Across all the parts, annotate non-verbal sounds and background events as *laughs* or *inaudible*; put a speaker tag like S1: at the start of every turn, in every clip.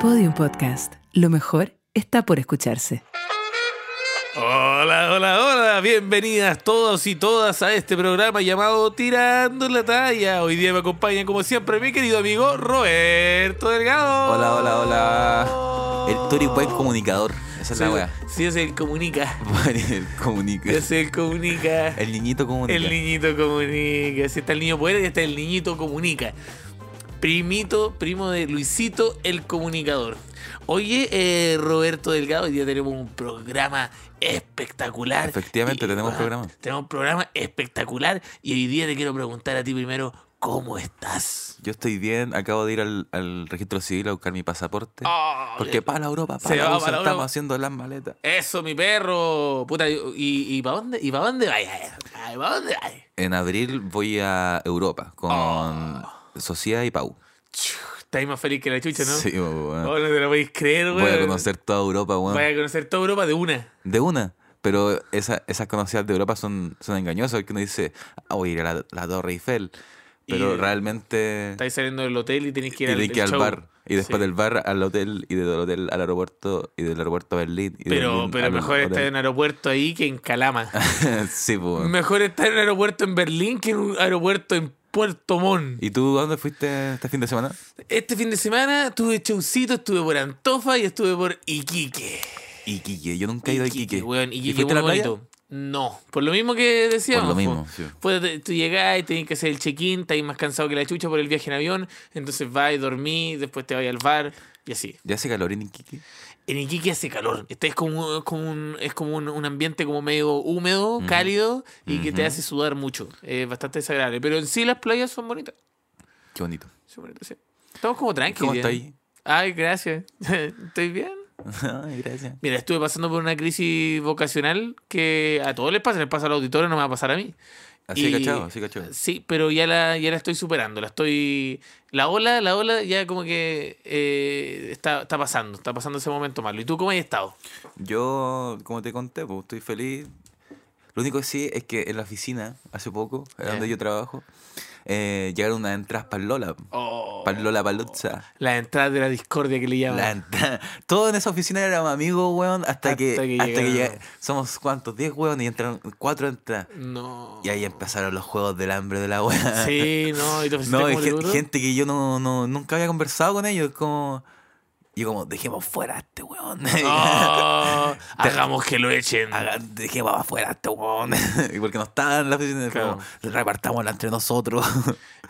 S1: Podium Podcast. Lo mejor está por escucharse.
S2: Hola, hola, hola, bienvenidas todos y todas a este programa llamado Tirando la Talla. Hoy día me acompaña como siempre mi querido amigo Roberto Delgado.
S3: Hola, hola, hola. El Tori buen comunicador. Esa es
S2: Sí,
S3: la wea.
S2: Sí, es el comunica.
S3: El comunica.
S2: Es el comunica.
S3: El niñito comunica.
S2: El niñito comunica. Si está el niño poder, está el niñito comunica. Primito, primo de Luisito, el comunicador. Oye, eh, Roberto Delgado, hoy día tenemos un programa espectacular. ah,
S3: Efectivamente, tenemos programa.
S2: Tenemos un programa espectacular y hoy día te quiero preguntar a ti primero, ¿cómo estás?
S3: Yo estoy bien, acabo de ir al, al registro civil a buscar mi pasaporte.
S2: Ah,
S3: porque para la Europa,
S2: Se
S3: para la
S2: va
S3: USA
S2: para
S3: estamos
S2: Europa.
S3: haciendo las maletas.
S2: Eso, mi perro. Puta, ¿y, y para dónde, y pa' dónde vayas? ¿Para dónde vayas?
S3: En abril voy a Europa con Sociedad y Pau.
S2: Estáis más feliz que la chucha, Ah. ¿no?
S3: Sí, weón.
S2: Oh, no te lo podéis creer, güey.
S3: Voy a conocer toda Europa, weón.
S2: Voy a conocer toda Europa de una.
S3: De una. Pero esa- esas conocidas de Europa son, son engañosas. Que uno dice, ah, voy a ir a la, la Torre Eiffel. Pero
S2: Y-
S3: realmente.
S2: Estáis saliendo del hotel y tenéis que ir
S3: y
S2: al,
S3: tenés que ir
S2: el
S3: al
S2: show.
S3: bar. Y después
S2: Sí.
S3: del bar al hotel. Y del hotel al aeropuerto. Y del aeropuerto a Berlín. y de
S2: Pero,
S3: Berlín
S2: pero
S3: al
S2: mejor este estar en
S3: hotel.
S2: aeropuerto ahí que en Calama.
S3: *laughs* sí, pues.
S2: mejor estar en aeropuerto en Berlín que en un aeropuerto en Puerto Montt.
S3: ¿Y tú a dónde fuiste este fin de semana?
S2: Este fin de semana tuve showcito, estuve por Antofa y estuve por Iquique.
S3: Iquique. Yo nunca he ido a Iquique.
S2: weón,
S3: ¿Y
S2: Iquique
S3: fuiste a la
S2: muy
S3: playa?
S2: bonito. No, por lo mismo que
S3: Por
S2: decíamos.
S3: lo
S2: po.
S3: mismo. sí.
S2: Pues te- tú llegás y tenés que hacer el check-in, estás más cansado que la chucha por el viaje en avión, entonces vas y dormís, después te vas al bar y así.
S3: ¿Ya hace calor en Iquique?
S2: En Iquique hace calor. Este es como, es como, un, es como un, un ambiente como medio húmedo,
S3: Ujú.
S2: cálido y que te
S3: Ujú.
S2: hace sudar mucho. Es bastante desagradable. Pero en sí las playas son bonitas.
S3: Qué bonito.
S2: Son bonitas, sí. Estamos como tranquilos.
S3: ¿Cómo está ahí? *laughs*
S2: Ay, gracias. *laughs* Estoy bien.
S3: Ay, gracias.
S2: Mira, estuve pasando por una crisis vocacional que a todos les pasa, les pasa al auditorio, no me va a pasar a mí.
S3: Así
S2: Y-
S3: cachado, así cachado.
S2: Sí, pero ya la, ya la estoy superando, la estoy... La ola, la ola ya como que eh, está, está pasando, está pasando ese momento malo. ¿Y tú cómo has estado?
S3: Yo, como te conté, pues estoy feliz. Lo único que sí es que en la oficina, hace poco, eh,
S2: Ya.
S3: donde yo trabajo, eh, llegaron unas entradas para Lola.
S2: Oh.
S3: Para Lola Paluzza.
S2: La entrada de la discordia que le llaman.
S3: La *laughs* entrada- Todos en esa oficina éramos amigos, weón, hasta,
S2: Hasta
S3: que,
S2: que
S3: hasta que
S2: llegaron.
S3: llega- Somos cuántos, 10 weón, y entraron cuatro entradas.
S2: No.
S3: Y ahí empezaron los juegos del hambre de la weón.
S2: Sí, no, y te
S3: *laughs*
S2: ofreciste
S3: No, y
S2: como
S3: gen-
S2: libro.
S3: gente que yo no, no- nunca había conversado con ellos, como. Yo como, dejemos fuera a este weón.
S2: Oh, hagamos que lo echen.
S3: *laughs* Hagan- dejemos afuera a este weón. *laughs* Porque no estaban en la oficina,
S2: Claro.
S3: como, repartámosla
S2: *laughs*
S3: entre nosotros.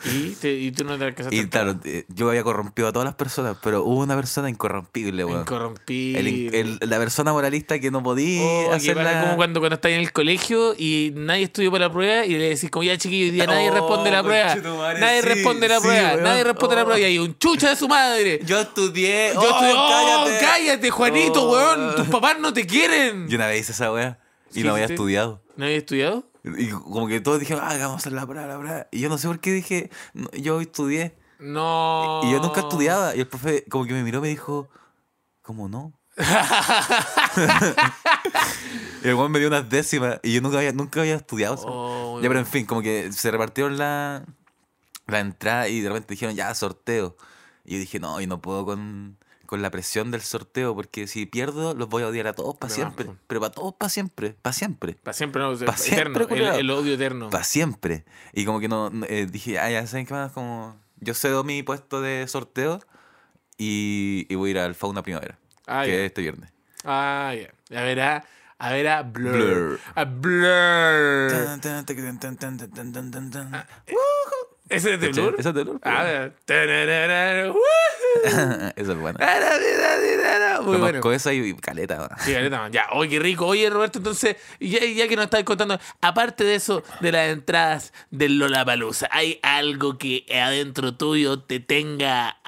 S2: ¿Y, te- y tú no te alcanzaste
S3: y claro, eh, yo había corrompido a todas las personas, pero hubo una persona incorrompible, weón.
S2: Incorrompible.
S3: El in- el- la persona moralista que no podía
S2: Oh, que pasa
S3: hacerla.
S2: como cuando, cuando estás en el colegio y nadie estudió para la prueba y le decís como ya chiquillo hoy día nadie responde la
S3: Oh,
S2: prueba
S3: conchetumare,
S2: nadie
S3: sí,
S2: responde la
S3: sí,
S2: prueba
S3: weón.
S2: nadie responde la
S3: Oh.
S2: prueba y hay un chucha de su madre
S3: Yo estudié.
S2: yo
S3: oh,
S2: estoy- oh,
S3: cállate.
S2: cállate Juanito
S3: Oh.
S2: weón tus papás no te quieren
S3: Yo una vez hice esa wea y
S2: ¿Qué
S3: no había
S2: hiciste?
S3: estudiado.
S2: ¿no habías estudiado?
S3: Y como que todos dijeron, ah, vamos a hacer la prueba, la prueba. Y yo no sé por qué dije, "No, yo estudié.
S2: no
S3: Y yo nunca estudiaba. Y el profe como que me miró y me dijo, ¿cómo *laughs* no? y el weón me dio unas décimas y yo nunca había, nunca había estudiado. eso.
S2: Oh,
S3: ya, pero
S2: weón.
S3: en fin, como que se repartieron la, la entrada y de repente dijeron, ya, sorteo. Y yo dije, no, yo no puedo con, con la presión del sorteo porque si pierdo los voy a odiar a todos para
S2: No,
S3: siempre.
S2: po.
S3: Pero para todos para siempre, para siempre.
S2: Para siempre, no,
S3: Pa'
S2: eterno,
S3: siempre,
S2: el,
S3: culiao.
S2: el odio eterno.
S3: Para siempre. Y como que no, no, eh, dije, ah, ya saben qué más, como yo cedo mi puesto de sorteo y, y voy a ir al Fauna Primavera,
S2: Ah,
S3: que
S2: ya.
S3: es este viernes.
S2: Ah, ya. A ver a, a ver a Blur.
S3: Blur.
S2: A Blur.
S3: Tan, tan, tan, tan, tan, tan, tan, tan, tan, tan.
S2: ¿Ese es Ah, de
S3: ¿Cachai?
S2: Blur?
S3: Esa es de Blur.
S2: A ver. Tararara, uh.
S3: *laughs* Esa es buena.
S2: *laughs* Muy bueno.
S3: Conozco esa y caleta. weón.
S2: Sí, caleta, man. Ya, oye, qué rico. Oye, Roberto, entonces, ya, ya que nos estás contando, aparte de eso, de las entradas del Lollapalooza, ¿hay algo que adentro tuyo te tenga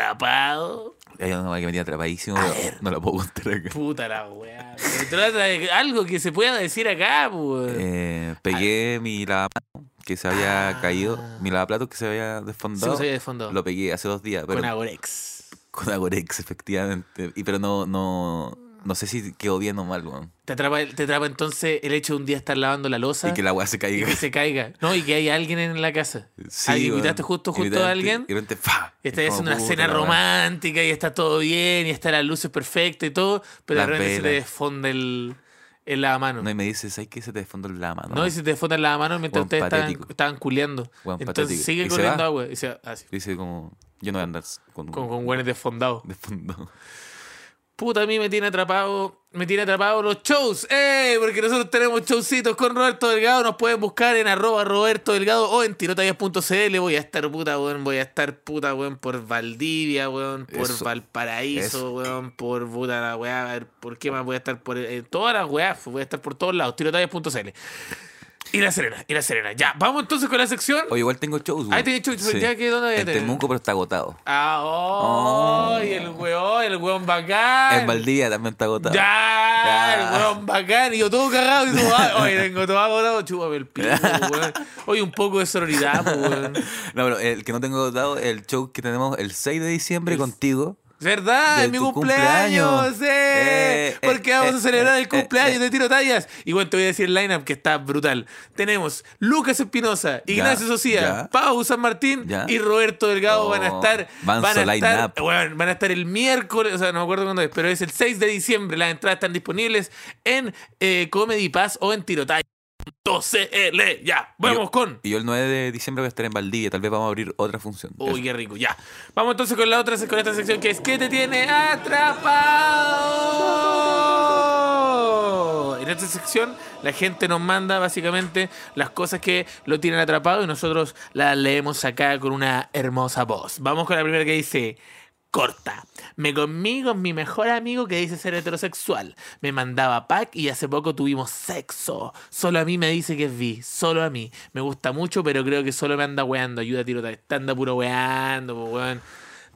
S2: atrapado?
S3: Hay una weá que me tiene atrapadísimo,
S2: A
S3: pero
S2: ver.
S3: no la puedo contar acá.
S2: Puta la weá. Pero trata de Algo que se pueda decir acá, pues.
S3: Eh, pegué mi lavamanos que se había
S2: Ah.
S3: caído, mi lavaplatos que se había
S2: Sí,
S3: desfondado.
S2: pues, ahí de fondo.
S3: Lo pegué hace dos días, pero
S2: Con Agorex.
S3: Con Agorex, efectivamente. Y pero no, no, no sé si quedó bien o mal, weón.
S2: Te atrapa, el- te atrapa entonces el hecho de un día estar lavando la losa
S3: Y que la weá se caiga.
S2: Ah. se caiga. No, y que hay alguien en la casa.
S3: *laughs* Sí,
S2: Alguien,
S3: weón.
S2: invitaste justo, justo
S3: Invitaste-
S2: a alguien.
S3: Y de repente, ¡fa! Y
S2: Estás
S3: es como,
S2: haciendo una
S3: puta
S2: cena
S3: la weá.
S2: romántica y está todo bien y está las luces perfectas y todo, pero de
S3: Las
S2: repente se te
S3: velas.
S2: desfonda el, el lavamano.
S3: No, y me dice, ¿sabes qué? Se te desfondó el lama.
S2: No, y se te desfonda el lavamano mientras
S3: Weón,
S2: ustedes estaban,
S3: patético.
S2: estaban culeando.
S3: Weón,
S2: Entonces
S3: patético.
S2: sigue
S3: Y se
S2: corriendo
S3: va.
S2: agua. Y se, así,
S3: Dice como, yo no voy a andar con, *laughs*
S2: con, con hueones desfondados.
S3: desfondado.
S2: Puta, a mí me tiene atrapado, me tiene atrapado los shows, ¡eh! Porque nosotros tenemos showcitos con Roberto Delgado, nos pueden buscar en arroba Roberto Delgado o en tirotallas.cl, voy a estar puta, weón, voy a estar puta, weón, por Valdivia, weón, por
S3: Eso.
S2: Valparaíso,
S3: Eso.
S2: weón, por puta la weá, a ver, ¿por qué más voy a estar por eh, todas las weas? Voy a estar por todos lados, tirotallas.cl. Y la Serena, y la Serena. Ya, vamos entonces con la sección.
S3: Oye, igual tengo shows,
S2: Ahí
S3: weón.
S2: tenés shows, ya que dónde voy a
S3: En
S2: tener.
S3: Temuco, pero está agotado.
S2: Ah, oh,
S3: Oh.
S2: y el weón, el weón bacán.
S3: En Valdivia también está agotado.
S2: Ya,
S3: Ya.
S2: el weón bacán. Y yo todo cagado y todo ah, Oye, tengo todo agotado, chúpame el pico, weón. Oye, un poco de sororidad, po, weón.
S3: No, pero el que no tengo agotado es el show que tenemos el 6 de diciembre contigo.
S2: ¿Verdad?
S3: De
S2: Es mi
S3: tu
S2: cumpleaños.
S3: cumpleaños.
S2: sí.
S3: Eh,
S2: Porque
S3: eh,
S2: vamos a
S3: eh,
S2: celebrar
S3: eh,
S2: el cumpleaños
S3: eh,
S2: de Tiro Tallas. Y bueno, te voy a decir el lineup que está brutal. Tenemos Lucas Espinosa, Ignacio Socia,
S3: ya.
S2: Pau San Martín
S3: Ya.
S2: y Roberto Delgado
S3: Oh,
S2: van a estar.
S3: manso
S2: van, a estar
S3: lineup.
S2: weón, van a estar el miércoles, o sea, no me acuerdo cuándo es, pero es el 6 de diciembre. Las entradas están disponibles en eh, Comedy Pass o en Tirotallas. 12L, ya, vamos
S3: yo-
S2: con.
S3: Y yo el 9 de diciembre voy a estar en Valdivia. Tal vez vamos a abrir otra función.
S2: Uy, qué rico, ya. Vamos entonces con la otra con esta sección que es ¿Qué te tiene atrapado? En esta sección la gente nos manda básicamente las cosas que lo tienen atrapado y nosotros las leemos acá con una hermosa voz. Vamos con la primera que dice corta. Me conmigo mi mejor amigo que dice ser heterosexual. Me mandaba pack y hace poco tuvimos sexo. Solo a mí me dice que es bi. Solo a mí. Me gusta mucho, pero creo que solo me anda weando. Ayuda, tiro. Te anda puro weando, po, weón. Te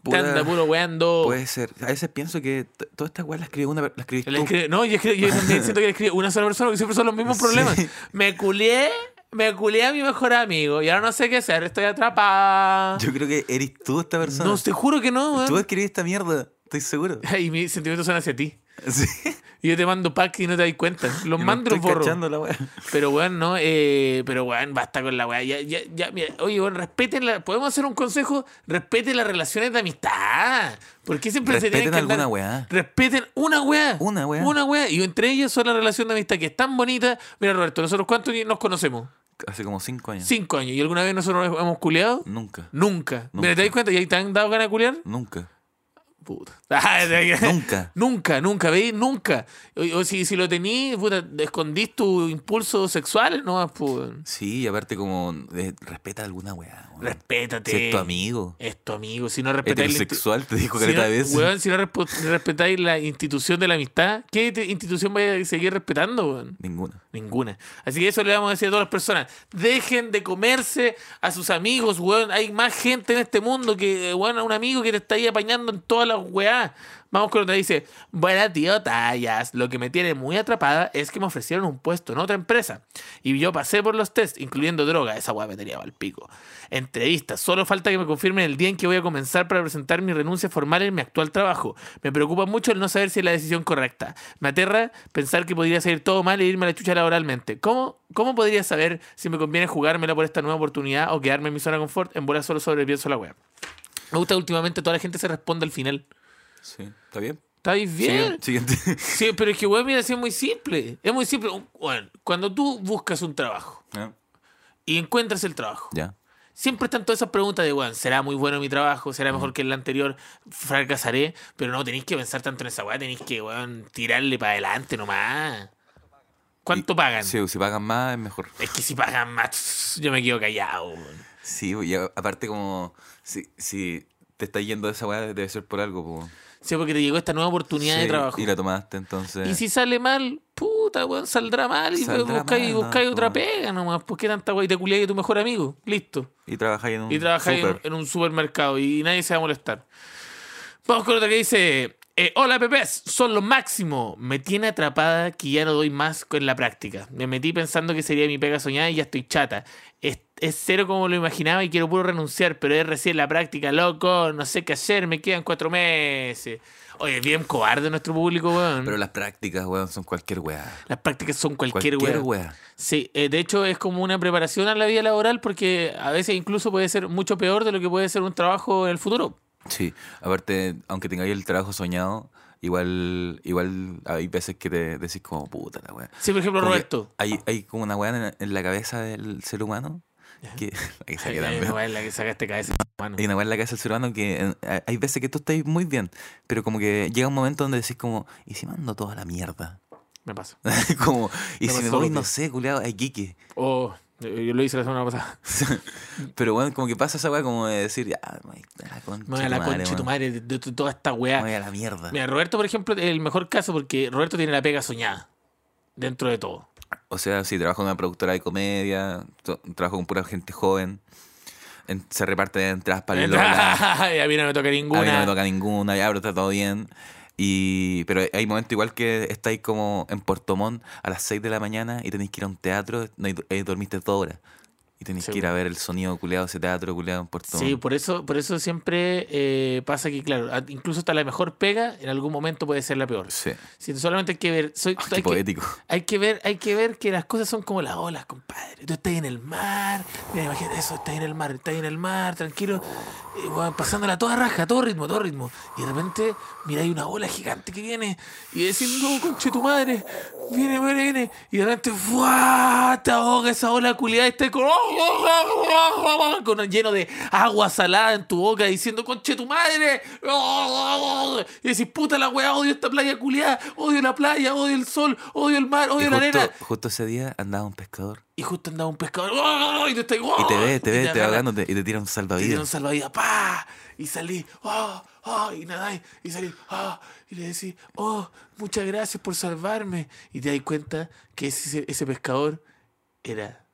S3: Puta, Pues,
S2: anda puro weando.
S3: Puede ser. A veces pienso que t- toda esta weá la escribió una per- la escribís
S2: Le
S3: tú.
S2: escribe- no, yo, escribo- yo también siento que le escribe una sola persona porque siempre son los mismos problemas.
S3: Sí.
S2: Me culié, me culié a mi mejor amigo y ahora no sé qué hacer. Estoy atrapada.
S3: Yo creo que eres tú esta persona.
S2: No, te juro que no,
S3: Tú
S2: weón.
S3: escribís esta mierda. Estoy seguro.
S2: *laughs* Y mis sentimientos son hacia ti.
S3: Sí.
S2: Y yo te mando pack y no te das
S3: *laughs*
S2: cuenta. Los
S3: Y no
S2: mando y los
S3: estoy
S2: borro.
S3: cachando la
S2: *laughs*
S3: weá.
S2: Pero weón, no, eh, pero weón, basta con la weá. Ya, ya, ya, mira, oye, weón, respeten la. ¿Podemos hacer un consejo? Respeten las relaciones de amistad. ¿Por qué siempre se tienen
S3: Respeten
S2: que andar-
S3: alguna ¿eh? weá.
S2: Respeten una weá.
S3: Una weá.
S2: Una weá. Y entre ellas son la relación de amistad que es tan bonita. Mira, Roberto, ¿nosotros cuántos nos conocemos?
S3: Hace como cinco años.
S2: Cinco años. ¿Y alguna vez nosotros nos hemos culeado?
S3: Nunca.
S2: Nunca. Mira,
S3: Nunca.
S2: ¿te das cuenta? ¿Y ahí te han dado ganas de culear?
S3: Nunca.
S2: *laughs* Puta. Ah, de-
S3: Nunca.
S2: Nunca, nunca, ¿veis? Nunca. O, o si, si lo tení, puta, escondís tu impulso sexual, no pues.
S3: Sí, y aparte como eh, respeta alguna weá. weón.
S2: Respétate.
S3: Si es tu amigo.
S2: Es tu amigo. Si no respetáis la, insti-
S3: Heterosexual, Este, te dijo
S2: si
S3: careta
S2: no-
S3: de veces.
S2: este, weón, si no respo- respetáis la institución de la amistad, ¿qué te- institución vais a seguir respetando, weón?
S3: Ninguna.
S2: Ninguna. Así que eso le vamos a decir a todas las personas. Dejen de comerse a sus amigos, weón. Hay más gente en este mundo que, eh, weón, a un amigo que te está ahí apañando en todas las weás. Vamos con otra. Dice, buena tío Tallas. Lo que me tiene muy atrapada es que me ofrecieron un puesto en otra empresa. Y yo pasé por los test, incluyendo droga. Esa weá me tenía al pico. Entrevistas. Solo falta que me confirmen el día en que voy a comenzar para presentar mi renuncia formal en mi actual trabajo. Me preocupa mucho el no saber si es la decisión correcta. Me aterra pensar que podría salir todo mal e irme a la chucha laboralmente. ¿Cómo, cómo podría saber si me conviene jugármela por esta nueva oportunidad o quedarme en mi zona de confort? En bola solo sobrepienso la wea. Me gusta que últimamente toda la gente se responde al final.
S3: Sí. ¿Está bien?
S2: ¿Estáis bien? *laughs*
S3: Sigue- Siguiente.
S2: Sí, pero es que, weón, mira, sí es muy simple. Es muy simple. Bueno, cuando tú buscas un trabajo
S3: Ah,
S2: y encuentras el trabajo,
S3: Ya.
S2: Siempre están todas esas preguntas de, weón, ¿será muy bueno mi trabajo? ¿Será
S3: Mm.
S2: mejor que el anterior? ¿Fracasaré? Pero no tenéis que pensar tanto en esa weá, tenéis que, weón, tirarle para adelante nomás. ¿Cuánto
S3: Y-
S2: pagan?
S3: Sí, si pagan más es mejor.
S2: Es que si pagan más, yo me quedo callado, weón.
S3: Sí, y a- aparte como si, si te está yendo de esa weá debe ser por algo. po.
S2: Sí, porque te llegó esta nueva oportunidad de
S3: Sí,
S2: trabajo.
S3: Y la tomaste entonces.
S2: Y si sale mal, puta, weón, saldrá mal y
S3: Saldrá
S2: buscáis
S3: mal,
S2: buscáis
S3: no,
S2: otra
S3: no.
S2: pega nomás. ¿Por qué tanta weá? Y te culiáis a tu mejor amigo. Listo.
S3: Y trabajáis en un
S2: y trabajáis en,
S3: Mm, súper.
S2: en un supermercado y nadie se va a molestar. Vamos con otra que dice: eh, Hola, pepes, son lo máximo. Me tiene atrapada que ya no doy más con la práctica. Me metí pensando que sería mi pega soñada y ya estoy chata. Est- es cero como lo imaginaba y quiero puro renunciar, pero es recién la práctica, loco. No sé qué hacer, me quedan cuatro meses. Oye, bien cobarde nuestro público, weón.
S3: Pero las prácticas, weón, son cualquier weá.
S2: Las prácticas son cualquier,
S3: Cualquier,
S2: weón.
S3: weá.
S2: Sí, eh, de hecho es como una preparación a la vida laboral porque a veces incluso puede ser mucho peor de lo que puede ser un trabajo en el futuro.
S3: Sí, aparte, aunque tengáis el trabajo soñado, igual igual hay veces que te decís como puta la weá.
S2: Sí, por ejemplo,
S3: Como que *laughs*
S2: Roberto.
S3: Hay, hay como una weá en, en la cabeza del ser humano. Que, *laughs* Ay,
S2: Ay,
S3: saqué
S2: ay,
S3: también.
S2: Eh, weón, la que sacaste cabeza, hermano.
S3: Hay una weá en la cabeza del ser humano que en- hay- hay veces que tú estás muy bien, pero como que llega un momento donde decís como, ¿y si mando toda la mierda? *laughs*
S2: Me pasa.
S3: como, ¿y
S2: Me
S3: si me
S2: pasó lo
S3: voy,
S2: que-
S3: no sé, culiado, a Iquique?
S2: Oh, eh, yo lo hice la semana
S3: *laughs*
S2: pasada.
S3: Pero bueno, como que pasa esa weá como de decir, ya, me voy a la concha
S2: Me voy a
S3: tu
S2: la
S3: madre,
S2: concha de tu
S3: weón.
S2: madre de, de- de toda esta
S3: Me
S2: weá.
S3: voy a la mierda.
S2: Mira, Roberto, por ejemplo, es el mejor caso porque Roberto tiene la pega soñada. Dentro de todo.
S3: O sea, sí, trabajo en una productora de comedia, to- trabajo con pura gente joven, en- se reparte entradas para
S2: *laughs*
S3: el Lola,
S2: a mí no me toca
S3: a mí no
S2: ninguna.
S3: me toca ninguna, ya, pero está todo bien. Y, pero hay momentos igual que estáis como en Puerto Montt a las 6 de la mañana y tenéis que ir a un teatro, no, y, y dormiste dos horas. Y tenéis
S2: Sí,
S3: que ir a ver el sonido culeado, ese teatro culeado en Puerto
S2: Sí,
S3: Montt.
S2: por eso, por eso siempre eh, pasa que, claro, a- incluso hasta la mejor pega en algún momento puede ser la peor.
S3: Sí,
S2: Si solamente hay que ver, soy-
S3: Ah,
S2: hay,
S3: qué
S2: que,
S3: poético.
S2: hay que ver, hay que ver que las cosas son como las olas, compadre. Tú estás en el mar, mira, imagínate eso, estás en el mar, estás en el mar, tranquilo, eh, weón, pasándola a toda raja, a todo ritmo, a todo ritmo. Y de repente, mira, hay una ola gigante que viene y decís, no, conche tu madre, viene, viene, viene. Y de repente, ¡fua! te ahoga esa ola culiada y estás con, ¡oh, con- lleno de agua salada en tu boca diciendo, conche tu madre. ¡Oh, Y decís, puta la weá, odio esta playa culiada, odio la playa, odio el sol, odio el mar,
S3: Y
S2: odio la arena.
S3: justo, justo ese día andaba un pescador
S2: Y justo andaba un pescador ¡oh, y ¡oh! te está
S3: y te ve, te ve, te va
S2: agarra,
S3: ahogándote y te tira un
S2: Te dieron
S3: salvavidas.
S2: salvavidas, pa. Y salí, oh, oh, y nadáis, y salí, oh, y le decís, oh, muchas gracias por salvarme. Y te das cuenta que ese, ese pescador era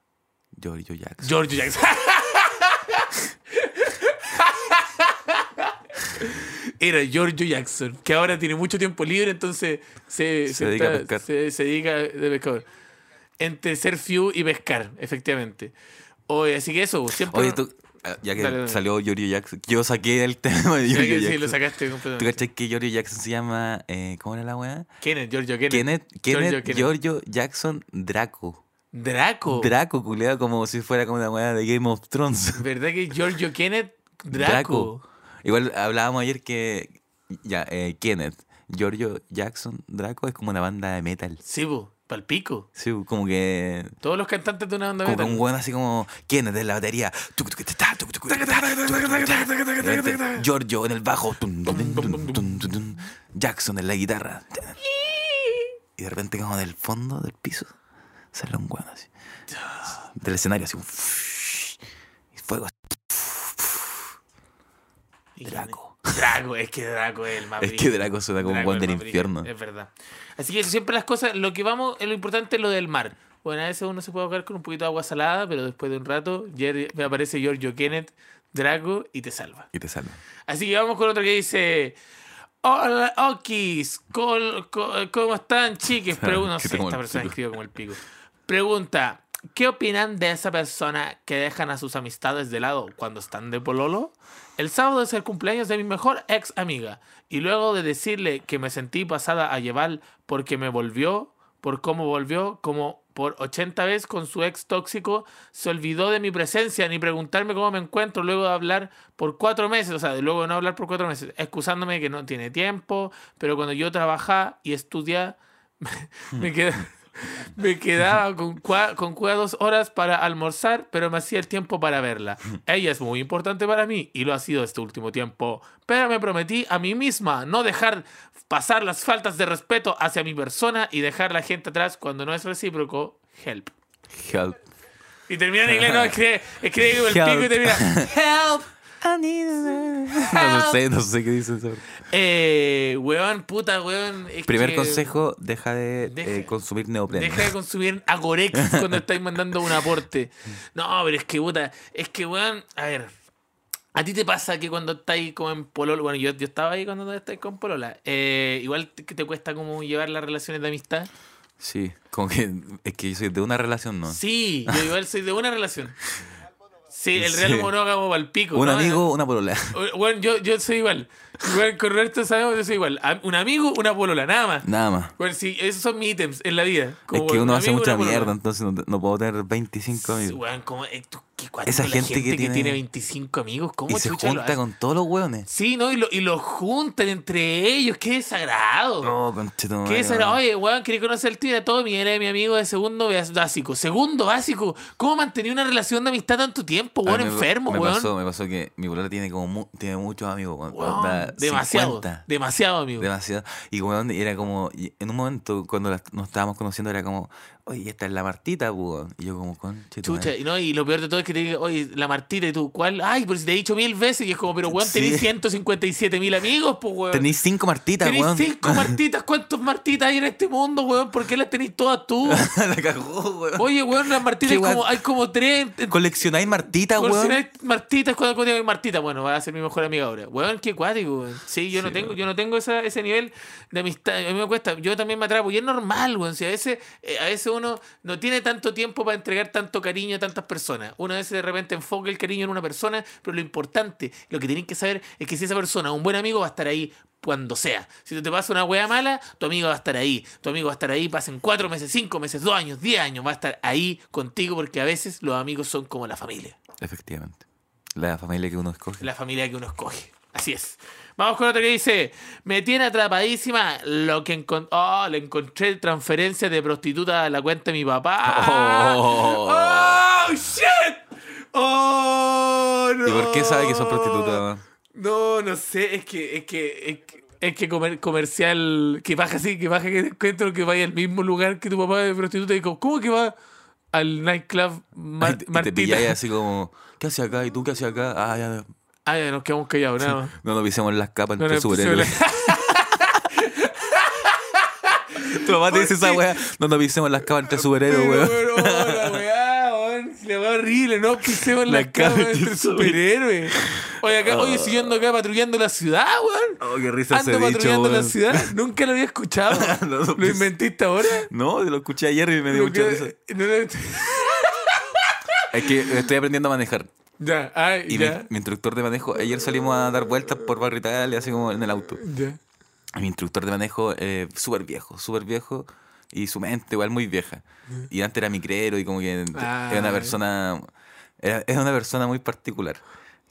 S3: Giorgio Jackson.
S2: George Jackson. *laughs* Era Giorgio Jackson, que ahora tiene mucho tiempo libre, entonces se,
S3: Se dedica a pescar.
S2: se- se dedica de pescador. Entre ser fiu y pescar, efectivamente. Oye, así que eso, pues, siempre.
S3: Oye, tú, ah, ya que
S2: Dale, dale.
S3: salió Yorio Jackson, yo saqué el *laughs* tema de
S2: Sí,
S3: Yorio
S2: que
S3: Jackson.
S2: sí, lo sacaste
S3: ¿Tú
S2: completamente.
S3: cachas que Yorio Jackson se llama, eh, ¿cómo era la weá?
S2: Kenneth, Giorgio Kenneth.
S3: Kenneth, Kenneth,
S2: Giorgio Kenneth.
S3: Giorgio Jackson Draco.
S2: Draco.
S3: Draco, culeado, como si fuera como una weá de Game of Thrones.
S2: ¿Verdad que Giorgio Kenneth Draco?
S3: Draco. Igual hablábamos ayer que, ya, eh, Kenneth, Giorgio Jackson Draco es como una banda de metal.
S2: Sí, po, palpico.
S3: Sí, como que...
S2: Todos los cantantes de una banda
S3: Como que un
S2: metal.
S3: weón así como, Kenneth de la batería? Tuc, tuc, ta, tuc, tuc, ta, ta, Repente, Giorgio en el bajo, tun, tun, tun, tun, tun, tun, tun, Jackson en la guitarra. Y de repente como del fondo del piso sale un weón así. Del escenario así un y fuego.
S2: Y-
S3: Draco.
S2: Draco, es que Draco es el más
S3: Es que
S2: brígido.
S3: Draco suena como un
S2: Draco Eh.
S3: weón
S2: es el
S3: del
S2: más brígido,
S3: infierno.
S2: Es verdad. Así que siempre las cosas, lo que vamos, lo importante es lo del mar. Bueno, a veces uno se puede ahogar con un poquito de agua salada, pero después de un rato Jerry- me aparece Giorgio Kenneth, Draco, y te salva.
S3: Y te sale.
S2: Así que vamos con otro que dice... Hola, Okis, col- co- ¿cómo están,
S3: *laughs*
S2: chiques? Pregunta, no
S3: Que
S2: sé,
S3: tengo
S2: esta
S3: el
S2: persona
S3: pico.
S2: escribió como el pico. Pregunta, ¿qué opinan de esa persona que dejan a sus amistades de lado cuando están de pololo? El sábado es el cumpleaños de mi mejor ex amiga y luego de decirle que me sentí pasada a llevar porque me volvió, por cómo volvió, como por 80 veces con su ex tóxico, se olvidó de mi presencia ni preguntarme cómo me encuentro luego de hablar por cuatro meses, o sea, de luego de no hablar por cuatro meses, excusándome de que no tiene tiempo, pero cuando yo trabajaba y estudiaba, *laughs* me quedaba, me quedaba con, cua- con cua- dos horas para almorzar, pero me hacía el tiempo para verla. Ella es muy importante para mí y lo ha sido este último tiempo. Pero me prometí a mí misma no dejar pasar las faltas de respeto hacia mi persona y dejar la gente atrás cuando no es recíproco. Help.
S3: Help.
S2: Y termina en inglés, no, escribe, escribe como el
S3: Help.
S2: pico y
S3: *laughs*
S2: termina. Help.
S3: No sé, no sé qué dicen sobre.
S2: Eh, weón, puta, weón. es
S3: Primer
S2: que
S3: consejo, deja de
S2: Deja-
S3: eh, consumir neopreno.
S2: Deja de consumir Agorex cuando estáis mandando un aporte. No, pero es que, puta, es que, weón, a ver. ¿A ti te pasa que cuando estáis como en Polola? Bueno, yo, yo estaba ahí cuando estáis con Polola. eh, igual te, que te cuesta como llevar las relaciones de amistad.
S3: Sí, como que es que yo soy de una relación, ¿no?
S2: Sí, yo igual soy de una relación. Sí, el real
S3: Sí.
S2: monógamo para el pico.
S3: Un
S2: ¿no?
S3: amigo, una polola.
S2: Bueno, yo, yo soy igual. Bueno, con Roberto sabemos yo soy igual. A- Un amigo, una polola, nada más.
S3: Nada más.
S2: Bueno, sí, esos son mis ítems en la vida.
S3: Es
S2: Como
S3: que
S2: un
S3: uno hace
S2: amigo,
S3: mucha
S2: una polola.
S3: mierda, entonces no, no puedo tener 25
S2: Sí,
S3: amigos.
S2: weón, como- eh, tú, qué cuático
S3: Esa
S2: la
S3: gente que tiene-
S2: 25 amigos,
S3: Y
S2: ¿cómo
S3: se
S2: chucha lo
S3: junta
S2: hace?
S3: con todos los hueones.
S2: Sí, ¿no? Y lo, y lo juntan entre ellos, qué desagrado.
S3: No, conchetumadre.
S2: qué desagrado.
S3: weón.
S2: Oye, weón, quería conocer al tío de Tommy, era mi amigo de segundo bas- básico. Segundo básico, ¿cómo mantenía una relación de amistad tanto tiempo,
S3: A
S2: weón?
S3: mí me-
S2: Enfermo,
S3: me
S2: weón.
S3: Pasó, me pasó que mi polola tiene como mu- tiene muchos amigos. weón.
S2: Weón,
S3: Onda,
S2: demasiado,
S3: 50.
S2: demasiado, amigo.
S3: Demasiado. Y weón, era como, y en un momento cuando las- nos estábamos conociendo era como, oye, esta es la Martita, weón. Y yo como, conche. tu
S2: Chucha,
S3: madre".
S2: y no, y lo peor de todo es que te diga, oye, la Martita y tú, ¿cuál? Ay, pero si te he dicho mil veces, y es como, pero weón,
S3: Sí.
S2: tenés 157 mil amigos, pues weón.
S3: Tenéis cinco Martitas,
S2: Tenéis
S3: weón.
S2: cinco martitas, ¿cuántos martitas hay en este mundo, weón? ¿Por qué las tenéis todas
S3: *laughs*
S2: tú?
S3: *laughs* la cagó, weón.
S2: Oye, weón, las martitas
S3: Qué
S2: hay como,
S3: weón.
S2: hay como tres. en- en-
S3: Coleccionáis Martita,
S2: por si no
S3: weón.
S2: hay martitas, cuando cuando hay martitas? Bueno, va a ser mi mejor amiga ahora. Weón, qué cuático, weón. Sí, yo no
S3: Sí,
S2: tengo,
S3: weón.
S2: yo no tengo esa- ese nivel de amistad. A mí me cuesta, yo también me atrapo. Y es normal, weón. Si a veces, eh, a veces uno no tiene tanto tiempo para entregar tanto cariño a tantas personas. Uno a veces de repente enfoca el cariño en una persona, pero lo importante, lo que tienen que saber es que si esa persona, un buen amigo, va a estar ahí cuando sea. Si te pasa una wea mala, tu amigo va a estar ahí. Tu amigo va a estar ahí, pasen cuatro meses, cinco meses, dos años, diez años, va a estar ahí contigo porque a veces los amigos son como la familia
S3: Efectivamente. La familia que uno escoge.
S2: la familia que uno escoge. Así es. Vamos con otro que dice, me tiene atrapadísima lo que encon- oh, le encontré transferencias de prostituta a la cuenta de mi papá.
S3: Oh.
S2: ¡Oh, shit! ¡Oh, no!
S3: ¿Y por qué sabe que son prostitutas, weón?
S2: No, no sé, es que, es que, es que, es que comer- comercial, que baja así, que baja que te encuentro que vaya al mismo lugar que tu papá de prostituta y digo, ¿cómo que va al nightclub Mar-
S3: Ay, te- te
S2: Martita?
S3: pilláis así como, ¿qué hace acá? ¿Y tú qué haces acá? Ah, ya, ya.
S2: Ah, ya nos quedamos callados, nada más.
S3: No nos pisemos las capas
S2: No,
S3: entre
S2: no, pues,
S3: superhéroes. *laughs* tu mamá te dice esa
S2: Sí.
S3: weá. No nos pisemos las
S2: *laughs*
S3: capas entre superhéroes,
S2: Pero, weón, oh,
S3: weón. *laughs*
S2: la weá, weón, si la weá horrible, no pisemos
S3: La Ah.
S2: la cama
S3: cama
S2: entre
S3: de
S2: superhéroes. Oye, acá, oye, si yo ando acá patrullando la ciudad, weón.
S3: Oh, qué risa
S2: Ando
S3: ese dicho,
S2: patrullando la
S3: weón.
S2: ciudad, nunca lo había escuchado.
S3: *laughs* No, no,
S2: ¿Lo
S3: pues-
S2: inventaste ahora?
S3: No, lo escuché ayer y me dio
S2: Lo
S3: mucha
S2: que-
S3: risa.
S2: no, no,
S3: Es que estoy aprendiendo a manejar.
S2: ya, ay,
S3: Y mi,
S2: ya,
S3: mi instructor de manejo, ayer salimos a dar vueltas por Barrio Italia, así como en el auto.
S2: ya.
S3: Y Mi instructor de manejo, eh, súper viejo, súper viejo. Y su mente igual muy vieja. Y antes era micrero y como que
S2: Ah.
S3: era una persona... Era, era una persona muy particular.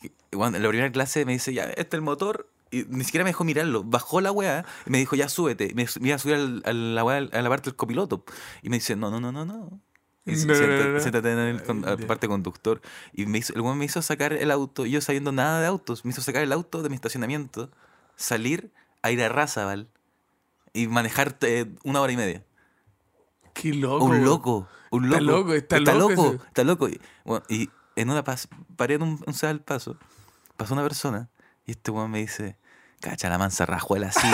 S3: Y Cuando, en la primera clase me dice, ya, este es el motor. Y ni siquiera me dejó mirarlo. Bajó la weá y me dijo, ya, súbete. Y Me, su- me iba a subir al- a la, weá, a la parte del copiloto. Y me dice, no, no, no, no, no. Y dice,
S2: No, no,
S3: "Siéntate-
S2: no, no".
S3: siéntate en el con-
S2: Ya.
S3: parte conductor. Y me hizo, el weón me hizo sacar el auto. y Yo sabiendo nada de autos. Me hizo sacar el auto de mi estacionamiento. Salir a ir a Razabal. Y manejar eh, una hora y media.
S2: Qué loco.
S3: un
S2: weón.
S3: loco. Un loco.
S2: Está loco, está loco
S3: loco.
S2: ese.
S3: está loco. Y, bueno, y en una pas paré en un, un al paso. Pasó una persona. Y este weón me dice, cacha la mansa rajuela
S2: *laughs*
S3: así.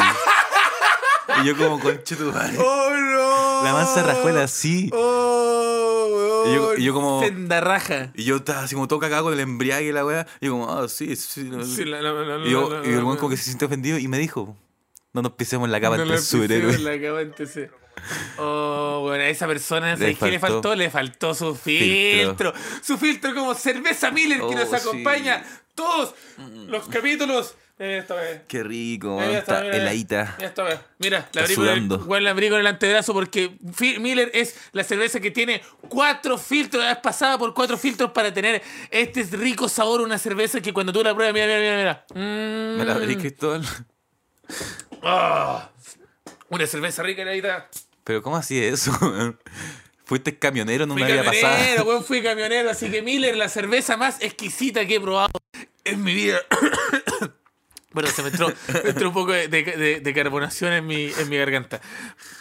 S3: y yo como, conche tu madre.
S2: Oh, no.
S3: La mansa rajuela así.
S2: Oh,
S3: Y yo-
S2: weón.
S3: y yo como-
S2: Senda raja.
S3: Y yo estaba así como todo cagado con el embriague y la weá. Y yo como, ah, sí, sí. no-
S2: Sí, la- la- la- la-
S3: y, yo-
S2: la-
S3: y el weón
S2: la-
S3: como que se sintió ofendido y me dijo, no nos pisemos la capa
S2: No
S3: entre
S2: la
S3: superhéroes.
S2: pisemos, la acaba antes, eh. Oh, bueno, a esa persona,
S3: Le
S2: ¿sabes qué le
S3: faltó.
S2: faltó? Le faltó su filtro.
S3: Filtro.
S2: Su filtro como cerveza Miller que
S3: Oh,
S2: nos
S3: sí.
S2: acompaña todos los capítulos. Eh, Esta vez.
S3: *laughs* Qué rico,
S2: Eh,
S3: weón.
S2: esta
S3: Está
S2: vez,
S3: heladita.
S2: eh, esta vez. Mira, la
S3: Está
S2: abrí, con el,
S3: sudando.
S2: bueno, la abrí con el antebrazo porque Fi- Miller es la cerveza que tiene cuatro filtros. Es pasada por cuatro filtros para tener este rico sabor. Una cerveza que cuando tú la pruebas, mira, mira, mira. mira. Mm.
S3: Me la abrí, Cristóbal.
S2: Ah. Una cerveza rica, heladita.
S3: *laughs* Pero ¿cómo así es eso? *laughs* weón? Fuiste camionero en
S2: Fui
S3: una vida
S2: camionero,
S3: pasada.
S2: weón, fui camionero, así que Miller, la cerveza más exquisita que he probado en mi vida. *coughs* Bueno, se me entró, me entró un poco de, de- de carbonación en mi, en mi garganta.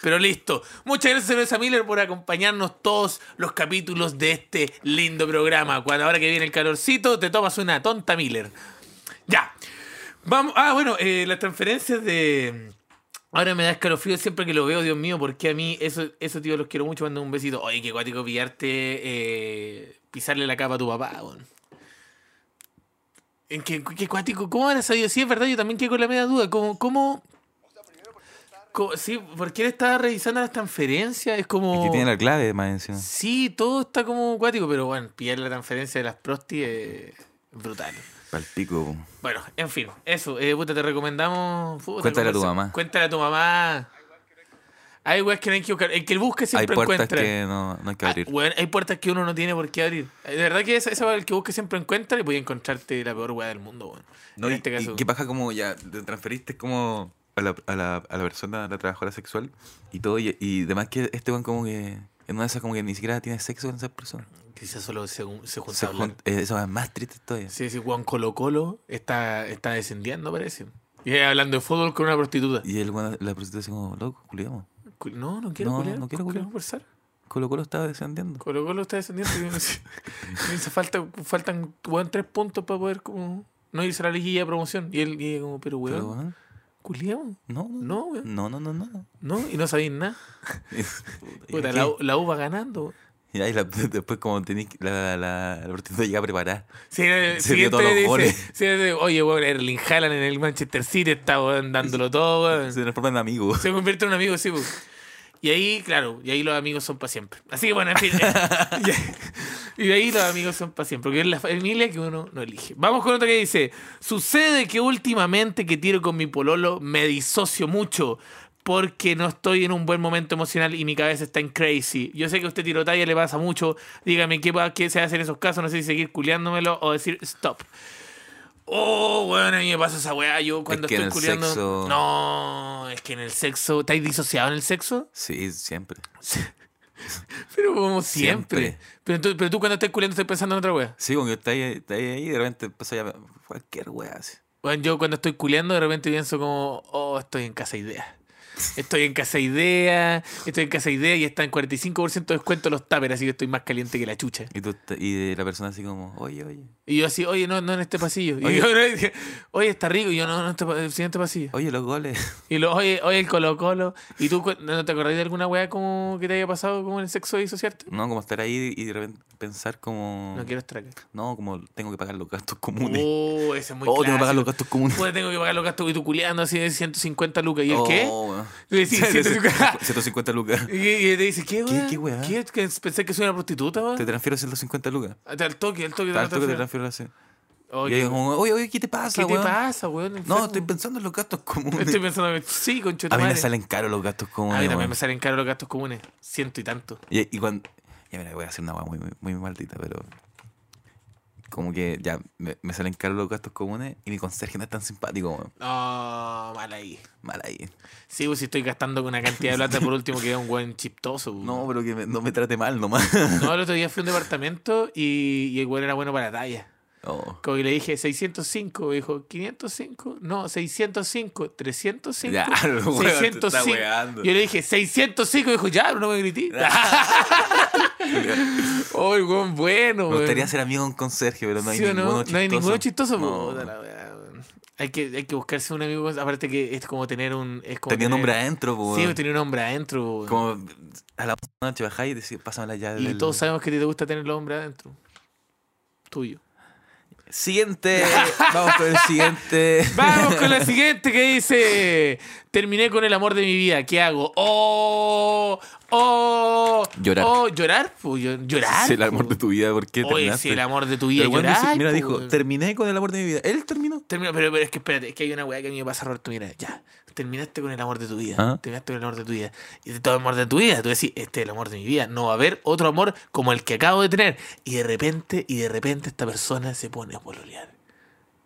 S2: Pero listo. Muchas gracias, Cerveza Miller, por acompañarnos todos los capítulos de este lindo programa. Cuando ahora que viene el calorcito, te tomas una tonta Miller. Ya. Vamos. Ah, bueno, eh, las transferencias de. Ahora me da escalofrío siempre que lo veo, Dios mío, porque a mí, eso, eso tío, los quiero mucho, mando un besito. Oye, qué cuático pillarte, eh, pisarle la capa a tu papá, weón. En qué, qué cuático, ¿cómo habrá sabido? Sí, es verdad, yo también quedé con la media duda. ¿Cómo, cómo, co- sí, porque él estaba revisando las transferencias, es como...
S3: Y que tiene la clave más encima.
S2: Sí, todo está como acuático, pero bueno, pillar la transferencia de las prosti es brutal.
S3: Palpico. po.
S2: Bueno, en fin, eso. eh, puta, te recomendamos. puta,
S3: Cuéntale a tu
S2: conversa-
S3: mamá.
S2: Cuéntale a tu mamá. Hay weas que no hay que buscar. El que busca
S3: Hay
S2: siempre
S3: puertas
S2: encuentra.
S3: que no, no hay que
S2: Ah,
S3: abrir.
S2: weón, hay puertas que uno no tiene por qué abrir. Eh, De verdad que esa, esa wea, el que busca siempre encuentra y voy a encontrarte la peor wea del mundo, weón.
S3: No,
S2: en
S3: y-
S2: este
S3: y
S2: caso.
S3: ¿Qué pasa como ya te transferiste como a la, a la, a la persona, a la trabajadora sexual y todo? Y, y además que este weón como que en una de esas como que ni siquiera tiene sexo con esa persona.
S2: Quizás solo se, se junta
S3: Se
S2: a hablar.
S3: jun- eh, eso es más triste todavía.
S2: Sí, sí, Juan Colo Colo está, está descendiendo, parece. Y ahí hablando de fútbol con una prostituta.
S3: Y el weón, la prostituta así como, loco, culiamos.
S2: Cu- No, no quiero
S3: No,
S2: culiar,
S3: no quiero
S2: ¿por qué
S3: culiar.
S2: conversar.
S3: Colo Colo estaba descendiendo.
S2: Colo Colo está descendiendo. y uno se- y se falta, faltan weón, tres puntos para poder como no irse a la liguilla de promoción. Y él y ella como, pero
S3: Pero,
S2: weón,
S3: weón,
S2: culiao, No,
S3: no, no,
S2: weón.
S3: no, no, no, no.
S2: ¿no? Y no sabéis nada. *laughs* Puta, la, U- la U va ganando.
S3: Y ahí la- *laughs* después como tenés que- la, la, la prostituta llega preparada.
S2: Sí, eh,
S3: Se vio
S2: siguiente
S3: todos los
S2: dice-
S3: goles.
S2: sí, dice, oye, weón, Erling Haaland en el Manchester City está weón, dándolo todo, weón.
S3: Se transforma en amigo.
S2: Se convierte en un amigo, sí, pues. Y ahí, claro, y ahí los amigos son para siempre. Así que bueno, en fin. eh,
S3: *laughs*
S2: y de ahí los amigos son para siempre, porque es la familia que uno no elige. Vamos con otra que dice, sucede que últimamente que tiro con mi pololo me disocio mucho porque no estoy en un buen momento emocional y mi cabeza está en crazy. Yo sé que a usted tirotalla le pasa mucho. Dígame qué, pa- qué se hace en esos casos, no sé si seguir culiándomelo o decir stop. Oh, bueno, a mí me pasa esa weá. Yo cuando
S3: que en
S2: estoy
S3: el
S2: culiando.
S3: sexo-
S2: No, es que en el sexo. ¿Estáis disociado en el sexo?
S3: Sí, siempre.
S2: Pero como siempre.
S3: Siempre.
S2: Pero, tú, pero tú cuando estás culiando estás pensando en otra wea.
S3: Sí, como que está ahí, está ahí, ahí y de repente empezó a llamar cualquier wea así.
S2: Bueno, yo cuando estoy culeando de repente pienso como, oh, estoy en casa idea. Estoy en casa idea, estoy en casa idea y está en 45% de descuento los tuppers, así que estoy más caliente que la chucha.
S3: Y, tú te- y la persona así como, oye, oye,
S2: Y yo así, oye, no, no en este pasillo. Y
S3: Oye.
S2: yo, "No, oye, está rico. Y yo, no, no, en este pa- en el siguiente pasillo.
S3: oye, los goles. *laughs*
S2: Y lo, oye, oye, el Colo Colo. ¿Y tú cu- no te acordás de alguna weá como que te haya pasado como en el sexo disociarte?
S3: No, como estar ahí y de repente pensar como,
S2: No
S3: no,
S2: quiero estar acá.
S3: como tengo que pagar los gastos comunes.
S2: Oh, ese es muy
S3: oh, tengo que pagar los
S2: clásico.
S3: gastos comunes.
S2: Puta, tengo que pagar los gastos y tú culeando así de 150 lucas. ¿Y el
S3: Oh,
S2: qué?
S3: weón.
S2: Le decís,
S3: *laughs*
S2: 150. *laughs*
S3: 150 lucas.
S2: Y, y te dice, ¿qué, weá?
S3: qué weá?
S2: ¿Qué? ¿Que ¿Pensé que soy una prostituta, weá?
S3: Te transfiero 150 lucas.
S2: Al toque, al toque. de la
S3: Tanto que te
S2: transferencia.
S3: transfiero así.
S2: Oye,
S3: Y ahí como, oye, oye, ¿qué te pasa,
S2: ¿Qué te
S3: weón?
S2: pasa, weón?
S3: No,
S2: Enfermo.
S3: estoy pensando en los gastos comunes.
S2: Estoy pensando que sí, con
S3: A mí me salen caros los gastos comunes.
S2: A mí también
S3: weón.
S2: me salen caros los gastos comunes. Ciento y tanto.
S3: Y, y cuando. Ya, mira, voy a hacer una hueá muy, muy, muy maldita, pero. Como que ya me, me salen caros los gastos comunes y mi conserje no es tan simpático, weón.
S2: No, mal ahí.
S3: Mal ahí.
S2: Sí, pues si estoy gastando con una cantidad de plata por último que es un buen chiptoso. pues.
S3: No, pero que me- no me trate mal nomás.
S2: *laughs* No, el otro día fui a un departamento y, y el weón era bueno para la talla.
S3: Oh,
S2: Como que le dije 605, me dijo 505, no, 605, 305. *laughs*
S3: Ya, el weón te está
S2: 605.
S3: weando.
S2: Yo le dije 605, dijo ya, pero no me grití. oh, el weón bueno,
S3: *laughs* me
S2: weón.
S3: gustaría ser amigo de un conserje, pero no hay
S2: ¿Sí o
S3: ninguno chistoso.
S2: No hay ninguno chistoso. pues,
S3: No.
S2: puta la weá, weón. Hay que, hay que buscarse un amigo. con- Aparte que es como tener un. Es como
S3: Tenía
S2: tener-
S3: nombre adentro, po,
S2: Sí,
S3: weón.
S2: tenía un hombre adentro. weón.
S3: Como a la noche bajáis y decís, pásame la llave.
S2: Y
S3: del-
S2: todos sabemos que a ti te gusta tener el hombre adentro.
S3: *laughs*
S2: Tuyo.
S3: Siguiente. Vamos con el
S2: *laughs*
S3: siguiente.
S2: Vamos con la siguiente que dice: Terminé con el amor de mi vida, ¿qué hago? ¡Oh! ¡Oh!
S3: Llorar.
S2: ¡Oh! ¿Llorar? po, llo- ¿Llorar?
S3: Es el amor de tu vida, ¿por qué
S2: Oye,
S3: terminaste?
S2: si el amor de tu
S3: Pero
S2: vida
S3: el weón
S2: llorar,
S3: dice- mira,
S2: po,
S3: dijo,
S2: weón.
S3: terminé con el amor de mi vida. Él terminó.
S2: Termina, pero, pero es que espérate, es que hay una weá que a mí me pasa, Roberto. Mira, ya, terminaste con el amor de tu vida.
S3: Ajá.
S2: Terminaste con el amor de tu vida. Y de todo el amor de tu vida, tú decís, este es el amor de mi vida. No va a haber otro amor como el que acabo de tener. Y de repente, y de repente esta persona se pone a pololear.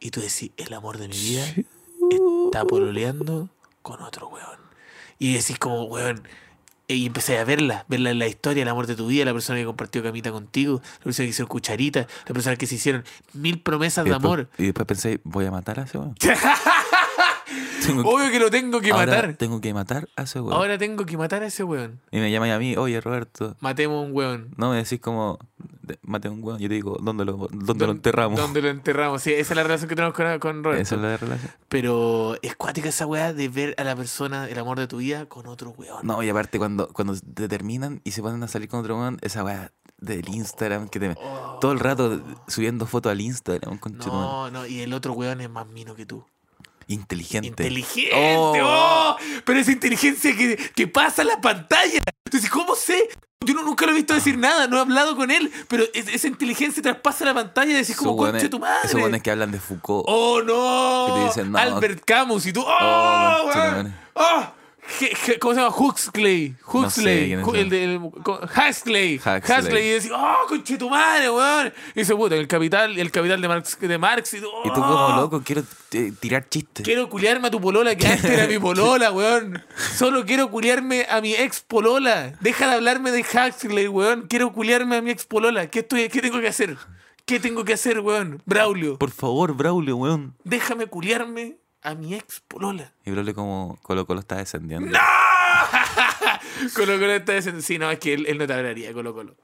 S2: Y tú decís, el amor de mi vida está pololeando con otro weón. Y decís como, weón, y empecé a verla, verla en la historia, el amor de tu vida, la persona que compartió camita contigo, la persona que hicieron cucharita, la persona que se hicieron mil promesas
S3: Y
S2: de
S3: después-
S2: amor.
S3: Y después pensé, voy a matar a ese
S2: *laughs*
S3: weón.
S2: Obvio que lo tengo que
S3: ahora
S2: matar.
S3: Tengo que matar a ese weón.
S2: Ahora tengo que matar a ese weón.
S3: Y me llamáis a mí, oye Roberto.
S2: Matemos a un weón.
S3: No me decís como, "De- maté a un weón. Yo te digo, ¿dónde lo, dónde lo
S2: Don-
S3: enterramos?
S2: Donde lo enterramos. Sí, esa es la relación que tenemos con, con Robert.
S3: *laughs* Esa es la relación.
S2: Pero es cuática esa weá de ver a la persona, el amor de tu vida, con otro weón.
S3: No, y aparte, cuando, cuando te terminan y se ponen a salir con otro weón, esa weá del Instagram que te.
S2: Oh,
S3: Todo el rato subiendo fotos al Instagram, conchetumare.
S2: no, no, y el otro weón es más mino que tú.
S3: Inteligente.
S2: Inteligente.
S3: Oh.
S2: ¡Oh! Pero esa inteligencia que, que pasa la pantalla. Entonces, ¿cómo sé? Yo no- nunca lo he visto decir nada, no he hablado con él, pero es- esa inteligencia traspasa la pantalla y decís
S3: Esos
S2: como,
S3: hueones-
S2: conche tu madre.
S3: Esos hueones que hablan de Foucault.
S2: ¡Oh, no!
S3: Que te dicen, no.
S2: Albert Camus y tú, ¡oh!
S3: Oh, conche tu
S2: weón!
S3: madre.
S2: ¡Oh! Je- je- ¿Cómo se llama? Huxley.
S3: sé
S2: Huxley.
S3: quién es
S2: Ju-
S3: él.
S2: el del- co- Huxley.
S3: Huxley.
S2: Huxley. Y decís, ¡oh, conche tu madre, weón! Y dice, puta, el capital, el capital de Marx, de Marx y tú,
S3: Y tú
S2: ¡oh!
S3: como loco quiero eh, tirar chistes.
S2: Quiero culiarme a tu polola, que antes
S3: *laughs*
S2: era mi polola, weón. Solo quiero culiarme a mi ex polola. Deja de hablarme de Huxley, weón. Quiero culiarme a mi ex polola. ¿Qué, estoy, ¿Qué tengo que hacer? ¿Qué tengo que hacer, weón? Braulio,
S3: Por favor, Braulio, weón.
S2: déjame culiarme a mi ex polola.
S3: Y Braulio como Colo Colo está descendiendo.
S2: *laughs* Colo Colo está diciendo, sí, no, es que él, él no te hablaría, Colo Colo.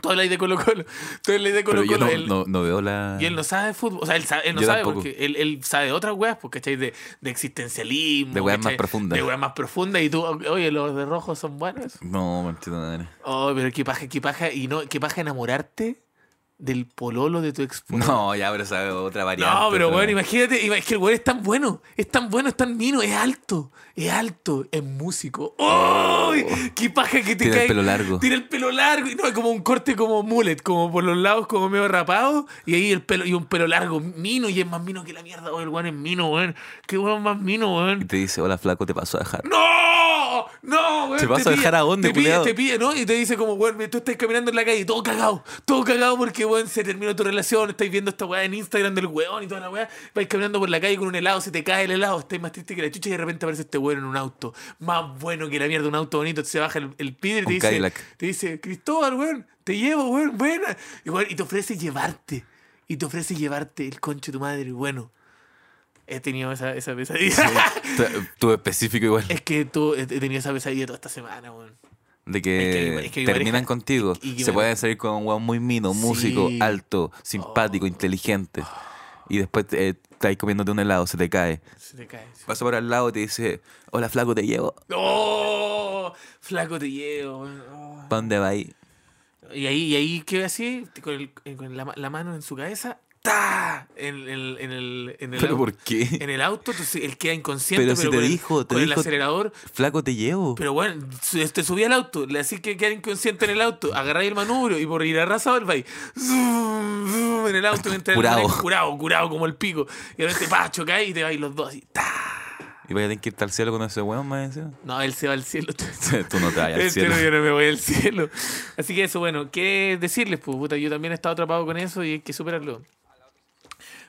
S2: Tú habláis de Colo Colo. Tú habláis de Colo
S3: Pero yo
S2: Colo.
S3: no,
S2: él-
S3: no- no veo la...
S2: Y él no sabe de fútbol. O sea, él, sabe- él no
S3: Yo
S2: sabe
S3: tampoco.
S2: porque él, él sabe de otras weas, porque ¿cachai? De, de existencialismo.
S3: De weas más
S2: ¿cachai?
S3: profundas.
S2: De weas más profundas. Y tú, oye, los de rojos son buenos.
S3: No, mentira, madre.
S2: Oh, pero qué paja, qué paja. Y no, qué paja enamorarte del pololo de tu ex.
S3: No, ya, pero sabe otra variante.
S2: No, pero bueno,
S3: weón
S2: imagínate, ima- es que el weón es tan bueno, es tan bueno, es tan mino, es alto, es alto, es músico. ¡Uy! ¡Qué paja que te
S3: Oh. Tiene el
S2: cae!
S3: pelo largo.
S2: Tiene el pelo largo y no, es como un corte como mullet, como por los lados como medio rapado y ahí el pelo y un pelo largo, mino y es más mino que la mierda. Oh, el weón es mino, weón. Qué weón más mino,
S3: Y
S2: weón.
S3: te dice, hola flaco, te paso a dejar.
S2: *laughs* ¡No! ¡No, weón!
S3: ¿Te vas a
S2: pilla,
S3: dejar a dónde,
S2: Te pilla,
S3: culiao?
S2: te pilla, ¿no? Y te dice como, weón, tú estás caminando en la calle, todo cagado, todo cagado porque, weón, se terminó tu relación, estáis viendo esta weá en Instagram del weón y toda la weá, vais caminando por la calle con un helado, se te cae el helado, estás más triste que la chucha y de repente aparece este weón en un auto, más bueno que la mierda, un auto bonito, se baja el, el pibe y te
S3: Un
S2: dice,
S3: Cadillac.
S2: te dice, Cristóbal, weón, te llevo, weón, buena. Y, weón, y te ofrece llevarte, y te ofrece llevarte el conche de tu madre, y bueno. He tenido esa, esa pesadilla. *laughs*
S3: Tu- Tú específico igual.
S2: Es que tú eh, he he tenido esa pesadilla toda esta semana, weón.
S3: De
S2: es que
S3: que,
S2: mi- es que mi
S3: terminan
S2: pareja-
S3: contigo.
S2: y que
S3: se
S2: mi-
S3: pueden salir con un weón muy mino, músico,
S2: Sí. Oh.
S3: alto, simpático, inteligente. Y después eh, estás comiéndote un helado, se te cae.
S2: Se te cae. sí.
S3: Pasa por al lado y te dice, hola flaco, te llevo.
S2: ¡Oh! Flaco te llevo, weón. Oh.
S3: ¿Para dónde va ahí?
S2: Y ahí, y ahí quedé así, con, el- eh, con la, ma- la mano en su cabeza. ¡Ta! En, el- en el, en el
S3: ¿Pero
S2: au-
S3: por qué?
S2: en el auto, entonces él queda inconsciente.
S3: Pero
S2: Pero,
S3: si te
S2: con el-
S3: dijo, te
S2: con el
S3: dijo-
S2: acelerador.
S3: Flaco, te llevo.
S2: Pero bueno, su- te subí al auto, le así que quedar inconsciente en el auto, agarráis el manubrio y por ir arrasado el país. Zum, zum, En el auto mientras el
S3: Curado.
S2: man es curado, curado como el pico. Y de repente, pa, chocáis y te vais los dos así. ¡Ta!
S3: Y vaya a tener que irte al cielo con ese weón, me decía.
S2: No, él se va al cielo. *laughs*
S3: Tú no te vayas al
S2: Este
S3: cielo.
S2: no, yo no me voy al cielo. Así que eso, bueno, ¿qué decirles? Pues puta, yo también he estado atrapado con eso y hay que superarlo.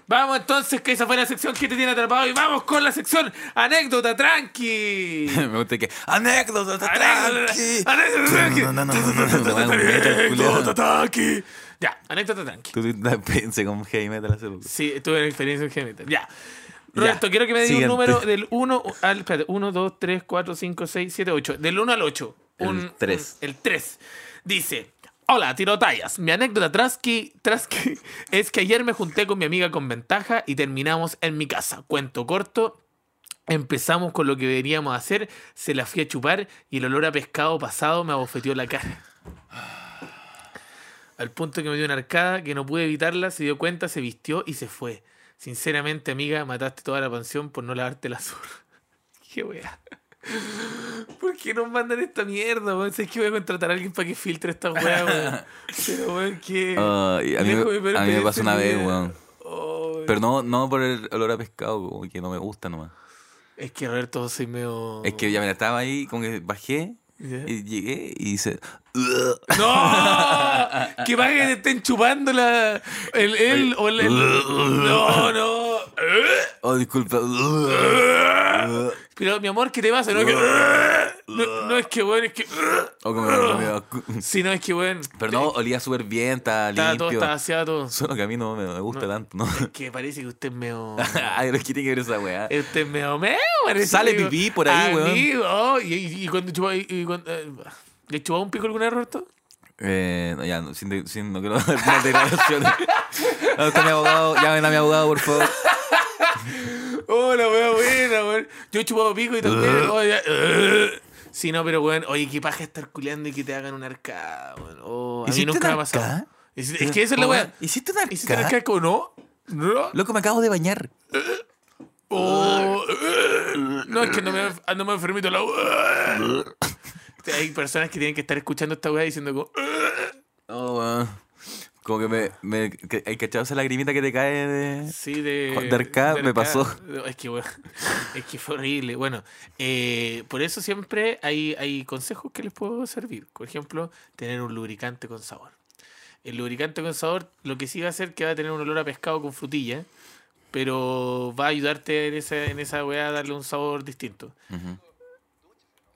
S2: Vamos entonces, que esa fue la sección que te tiene atrapado y vamos con la sección anécdota
S3: *laughs*
S2: tranqui.
S3: Me gusta que. ¡Anécdota! tranqui".
S2: Anécdota tranqui.
S3: No, no, no, no, no, no, no, no,
S2: *laughs*
S3: no,
S2: Anécdota
S3: no.
S2: tranqui. Ya, anécdota tranqui.
S3: Tú tuviste una experiencia con heavy metal hace poco.
S2: Sí, tuve una experiencia en genital. Ya.
S3: Ya,
S2: Roberto, quiero que me digas un
S3: siguiente.
S2: número del 1 al. Espérate, 1, 2, 3, 4, 5, 6, 7, 8. Del 1 al 8.
S3: El tres.
S2: El 3. Dice. Hola, tirotallas. Mi anécdota trasqui, trasqui es que *laughs* ayer me junté con mi amiga con ventaja y terminamos en mi casa. Cuento corto, empezamos con lo que veníamos a hacer, se la fui a chupar y el olor a pescado pasado me abofeteó la cara. Al punto que me dio una arcada que no pude evitarla, se dio cuenta, se vistió y se fue. Sinceramente, amiga, mataste toda la pensión por no lavarte la zorra. *laughs* Qué wea. ¿Por qué nos mandan esta mierda, weón? Si es que voy a contratar a alguien para que filtre esta wea,
S3: *laughs*
S2: weón. Pero, weón, que.
S3: Ay, Oh, a mí,
S2: lejos de
S3: me-
S2: peor
S3: a mí me pasó
S2: experiencia
S3: una
S2: de
S3: vez,
S2: mi vida.
S3: weón.
S2: Oh,
S3: Pero no, no por el olor a pescado, como que no me gusta nomás.
S2: Es que Roberto soy medio.
S3: Es que ya me la estaba ahí, como que bajé
S2: Ya.
S3: y llegué y hice. "Ugh".
S2: ¡No! Que para que te estén chupando la. El, el o el. el- No, no.
S3: Oh, disculpa. "Ugh".
S2: Pero mi amor, ¿qué te pasa? No es
S3: *laughs*
S2: que. No, no es que, weón, es que.
S3: O como que me
S2: *gasps* *laughs*
S3: comía-
S2: Sí, no es que, weón.
S3: Pero no, olía súper bien, estaba
S2: Está todo,
S3: limpio.
S2: está vaciado todo.
S3: *laughs* Solo que a mí no me me gusta tanto, ¿no? *laughs*
S2: Es que parece que usted es medio.
S3: Ay, pero ¿qué tiene que ver esa weá?
S2: Usted es medio meo, parece.
S3: Sale
S2: amigo.
S3: pipí por ahí, weón.
S2: Amigo, oh, y, y- y cuando chupa. Y, y cuando, eh, ¿Le chupaba un pico alguna vez,
S3: *laughs*
S2: Roberto?
S3: Eh, no, ya, no, sin, de- sin- no quiero *laughs* dar más declaraciones. ¿Dónde está mi abogado? Llamen a mi abogado, por favor.
S2: Hola, weón, Oh, buena, weón. Yo he chupado pico y
S3: *laughs*
S2: también. oh, ya, eh. Sí, no, pero weón, oye, qué paja estar culeando y que te hagan una arcada, weón. Oh, a mí
S3: ¿Hiciste
S2: nunca me ha
S3: una
S2: pasado.
S3: arcada?
S2: Es, es que esa es la weón.
S3: ¿Hiciste una
S2: ¿Hiciste una
S3: arcada?
S2: arcada con no? No.
S3: Loco, me acabo de bañar.
S2: Oh, no, es que no me, ando más enfermito la Hay personas que tienen que estar escuchando esta weá diciendo como,
S3: No, Oh, weón. Como que me. me que, ¿Hay cachado esa lagrimita que te cae de.?
S2: Sí, de.
S3: Juan de Arcada me pasó.
S2: No, Es que, bueno, es que fue horrible. Bueno, eh, por eso siempre hay, hay consejos que les puedo servir. Por ejemplo, tener un lubricante con sabor. El lubricante con sabor lo que sí va a hacer que va a tener un olor a pescado con frutilla, pero va a ayudarte en esa, en esa weá a darle un sabor distinto.
S3: Ujú.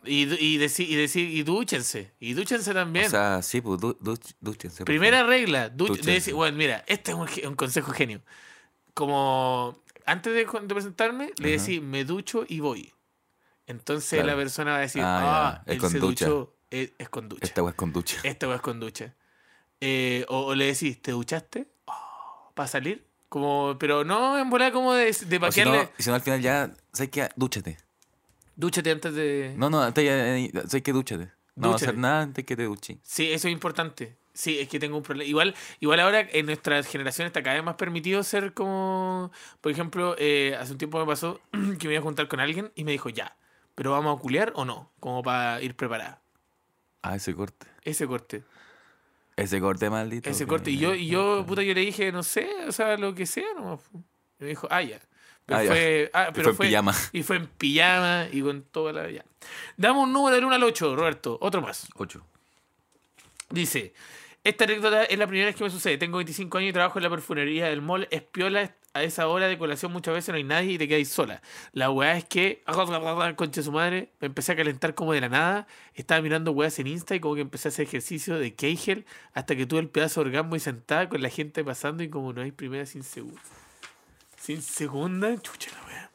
S2: Y, du- y decir, y, decir- y dúchense. Y dúchense también.
S3: O sea, sí, pues, du, du, dúchense, por
S2: Primera regla, duch-
S3: Dúchense.
S2: de decir- bueno, mira, este es un, ge- un consejo genio. Como antes de, de presentarme, le
S3: Ajá.
S2: decís, me ducho y voy. Entonces
S3: Claro.
S2: la persona va a decir, ah,
S3: Ah, ya, es
S2: él
S3: con
S2: se
S3: ducha". Este
S2: duchó, es, es con ducha.
S3: favor. Esta weá es con ducha.
S2: Esta weá es con ducha. Eh, o, o le decís, ¿te duchaste? ¿Para salir? Como, pero no en volar como de, de
S3: O si
S2: paquearle.
S3: no, si no, al final ya, ¿sabes qué? Dúchate.
S2: Dúchate antes de.
S3: No, no, antes ya, eh, ¿sabes qué? Dúchate. No vas a
S2: Dúchate.
S3: hacer nada antes que te duches.
S2: Sí, eso es importante. Sí, es que tengo un problema. Igual, igual ahora en nuestra generación está cada vez más permitido ser como. Por ejemplo, eh, hace un tiempo me pasó *clears throat* que me iba a juntar con alguien y me dijo, ya, pero vamos a culiar o no, como para ir preparada.
S3: Ah, ese corte.
S2: Ese corte.
S3: Ese corte maldito.
S2: Ese
S3: que-
S2: corte. Y yo, y yo, puta, yo le dije, no sé, o sea, lo que sea, nomás. pu". Y me dijo, ah, ya. Pero
S3: Ah, ya.
S2: fue. ah,
S3: Y
S2: pero
S3: fue en
S2: fue-
S3: pijama.
S2: Y fue en pijama y con toda la. Ya. Damos un número del 1 al 8, Roberto. Otro más.
S3: Ocho.
S2: Dice, esta anécdota es la primera vez que me sucede. Tengo 25 años y trabajo en la perfumería del mall. Es piola es- a esa hora de colación muchas veces no hay nadie y te quedáis sola. La weá es que, *laughs* concha de su madre, me empecé a calentar como de la nada. Estaba mirando weas en Insta y como que empecé a hacer ejercicio de Kegel hasta que tuve el pedazo de orgasmo y sentada con la gente pasando y como no hay primera sin segunda. Sin segunda, chucha la wea.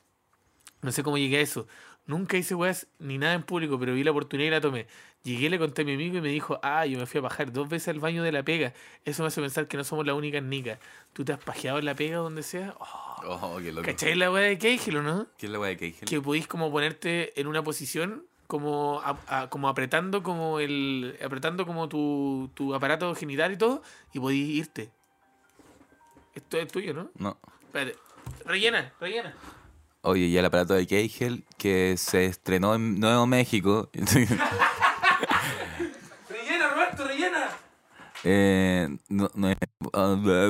S2: No sé cómo llegué a eso. Nunca hice weas ni nada en público, pero vi la oportunidad y la tomé. Llegué, le conté a mi amigo y me dijo, ah, yo me fui a bajar dos veces al baño de la pega. Eso me hace pensar que no somos las únicas nicas. ¿Tú te has pajeado en la pega donde sea? Oh,
S3: Oh, qué loco.
S2: ¿Cachai la wea de Keigel o no?
S3: ¿Qué es la weá de Keigel?
S2: Que podís como ponerte en una posición como, a- a- como apretando como el apretando como tu, tu aparato genital y todo y podís irte. Esto es tuyo, ¿no?
S3: No.
S2: Espérate. Rellena, rellena.
S3: Oye, y el aparato de Keigel que se estrenó en Nuevo México. *laughs*
S2: Rellena, Roberto, rellena.
S3: Eh, no, no,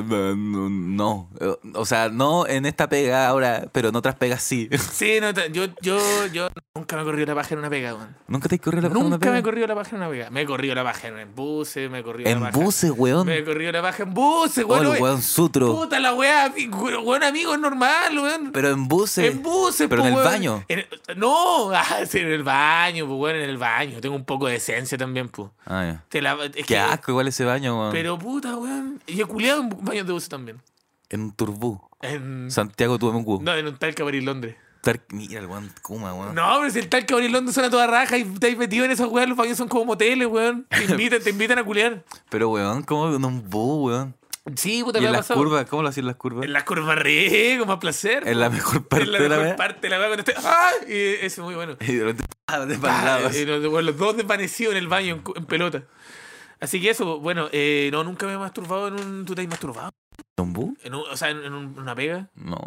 S3: *laughs* no. o sea, no en esta pega ahora, pero en otras pegas sí. *laughs*
S2: Sí, no, te- yo, yo, yo nunca me he corrido la paja en una pega, weón.
S3: ¿Nunca te has corrido la paja en una
S2: Nunca me he
S3: pega?
S2: corrido la paja en una pega. Me he corrido la paja en, en buses, me he corrido la
S3: En
S2: paja.
S3: buses, weón.
S2: Me he corrido la paja en buses,
S3: Oh,
S2: weón.
S3: el
S2: weón.
S3: weón sutro.
S2: Puta la weá, mi- weón, amigo, es normal, weón.
S3: Pero en buses.
S2: En buses,
S3: Pero
S2: po,
S3: en el
S2: weón.
S3: baño.
S2: En- no, *laughs* ah, sí, en el baño, pues weón, en el baño. Tengo un poco de esencia también, pues.
S3: Ah, ya.
S2: Te la- es
S3: Qué
S2: que-
S3: asco igual ese baño, weón.
S2: Pero puta, weón. Y he culiado en bu- baños de buses también.
S3: En un turbú.
S2: En,
S3: Santiago Tuamungú.
S2: Mm. no, en un tal Cabaret Londres.
S3: Tar- Mira el weón Kuma, weón.
S2: No, pero si el tal Cabaret Londres suena toda raja y te has metido en esos weón, los baños son como moteles, weón.
S3: *laughs*
S2: Te invitan, te invitan a culiar.
S3: Pero, weón, ¿cómo en un bus, weón?
S2: Sí, puta,
S3: Y
S2: me
S3: en
S2: ha
S3: las
S2: pasado.
S3: curvas, ¿cómo lo hacían las curvas?
S2: En las curvas riego, más placer.
S3: En
S2: *laughs*
S3: la mejor parte
S2: Es la
S3: de la
S2: mejor
S3: vez.
S2: parte de la weá cuando esté. ¡Ah! Y eso es muy bueno.
S3: *laughs* Y de repente, ah, de para el lado, así.
S2: Y los, bueno, los dos desvanecidos en el baño, en, cu- en pelota. Así que eso, bueno, eh, no, nunca me he masturbado en un. ¿Tú te has masturbado?
S3: ¿En un bus?
S2: En un- o sea, en, en un- una pega.
S3: No.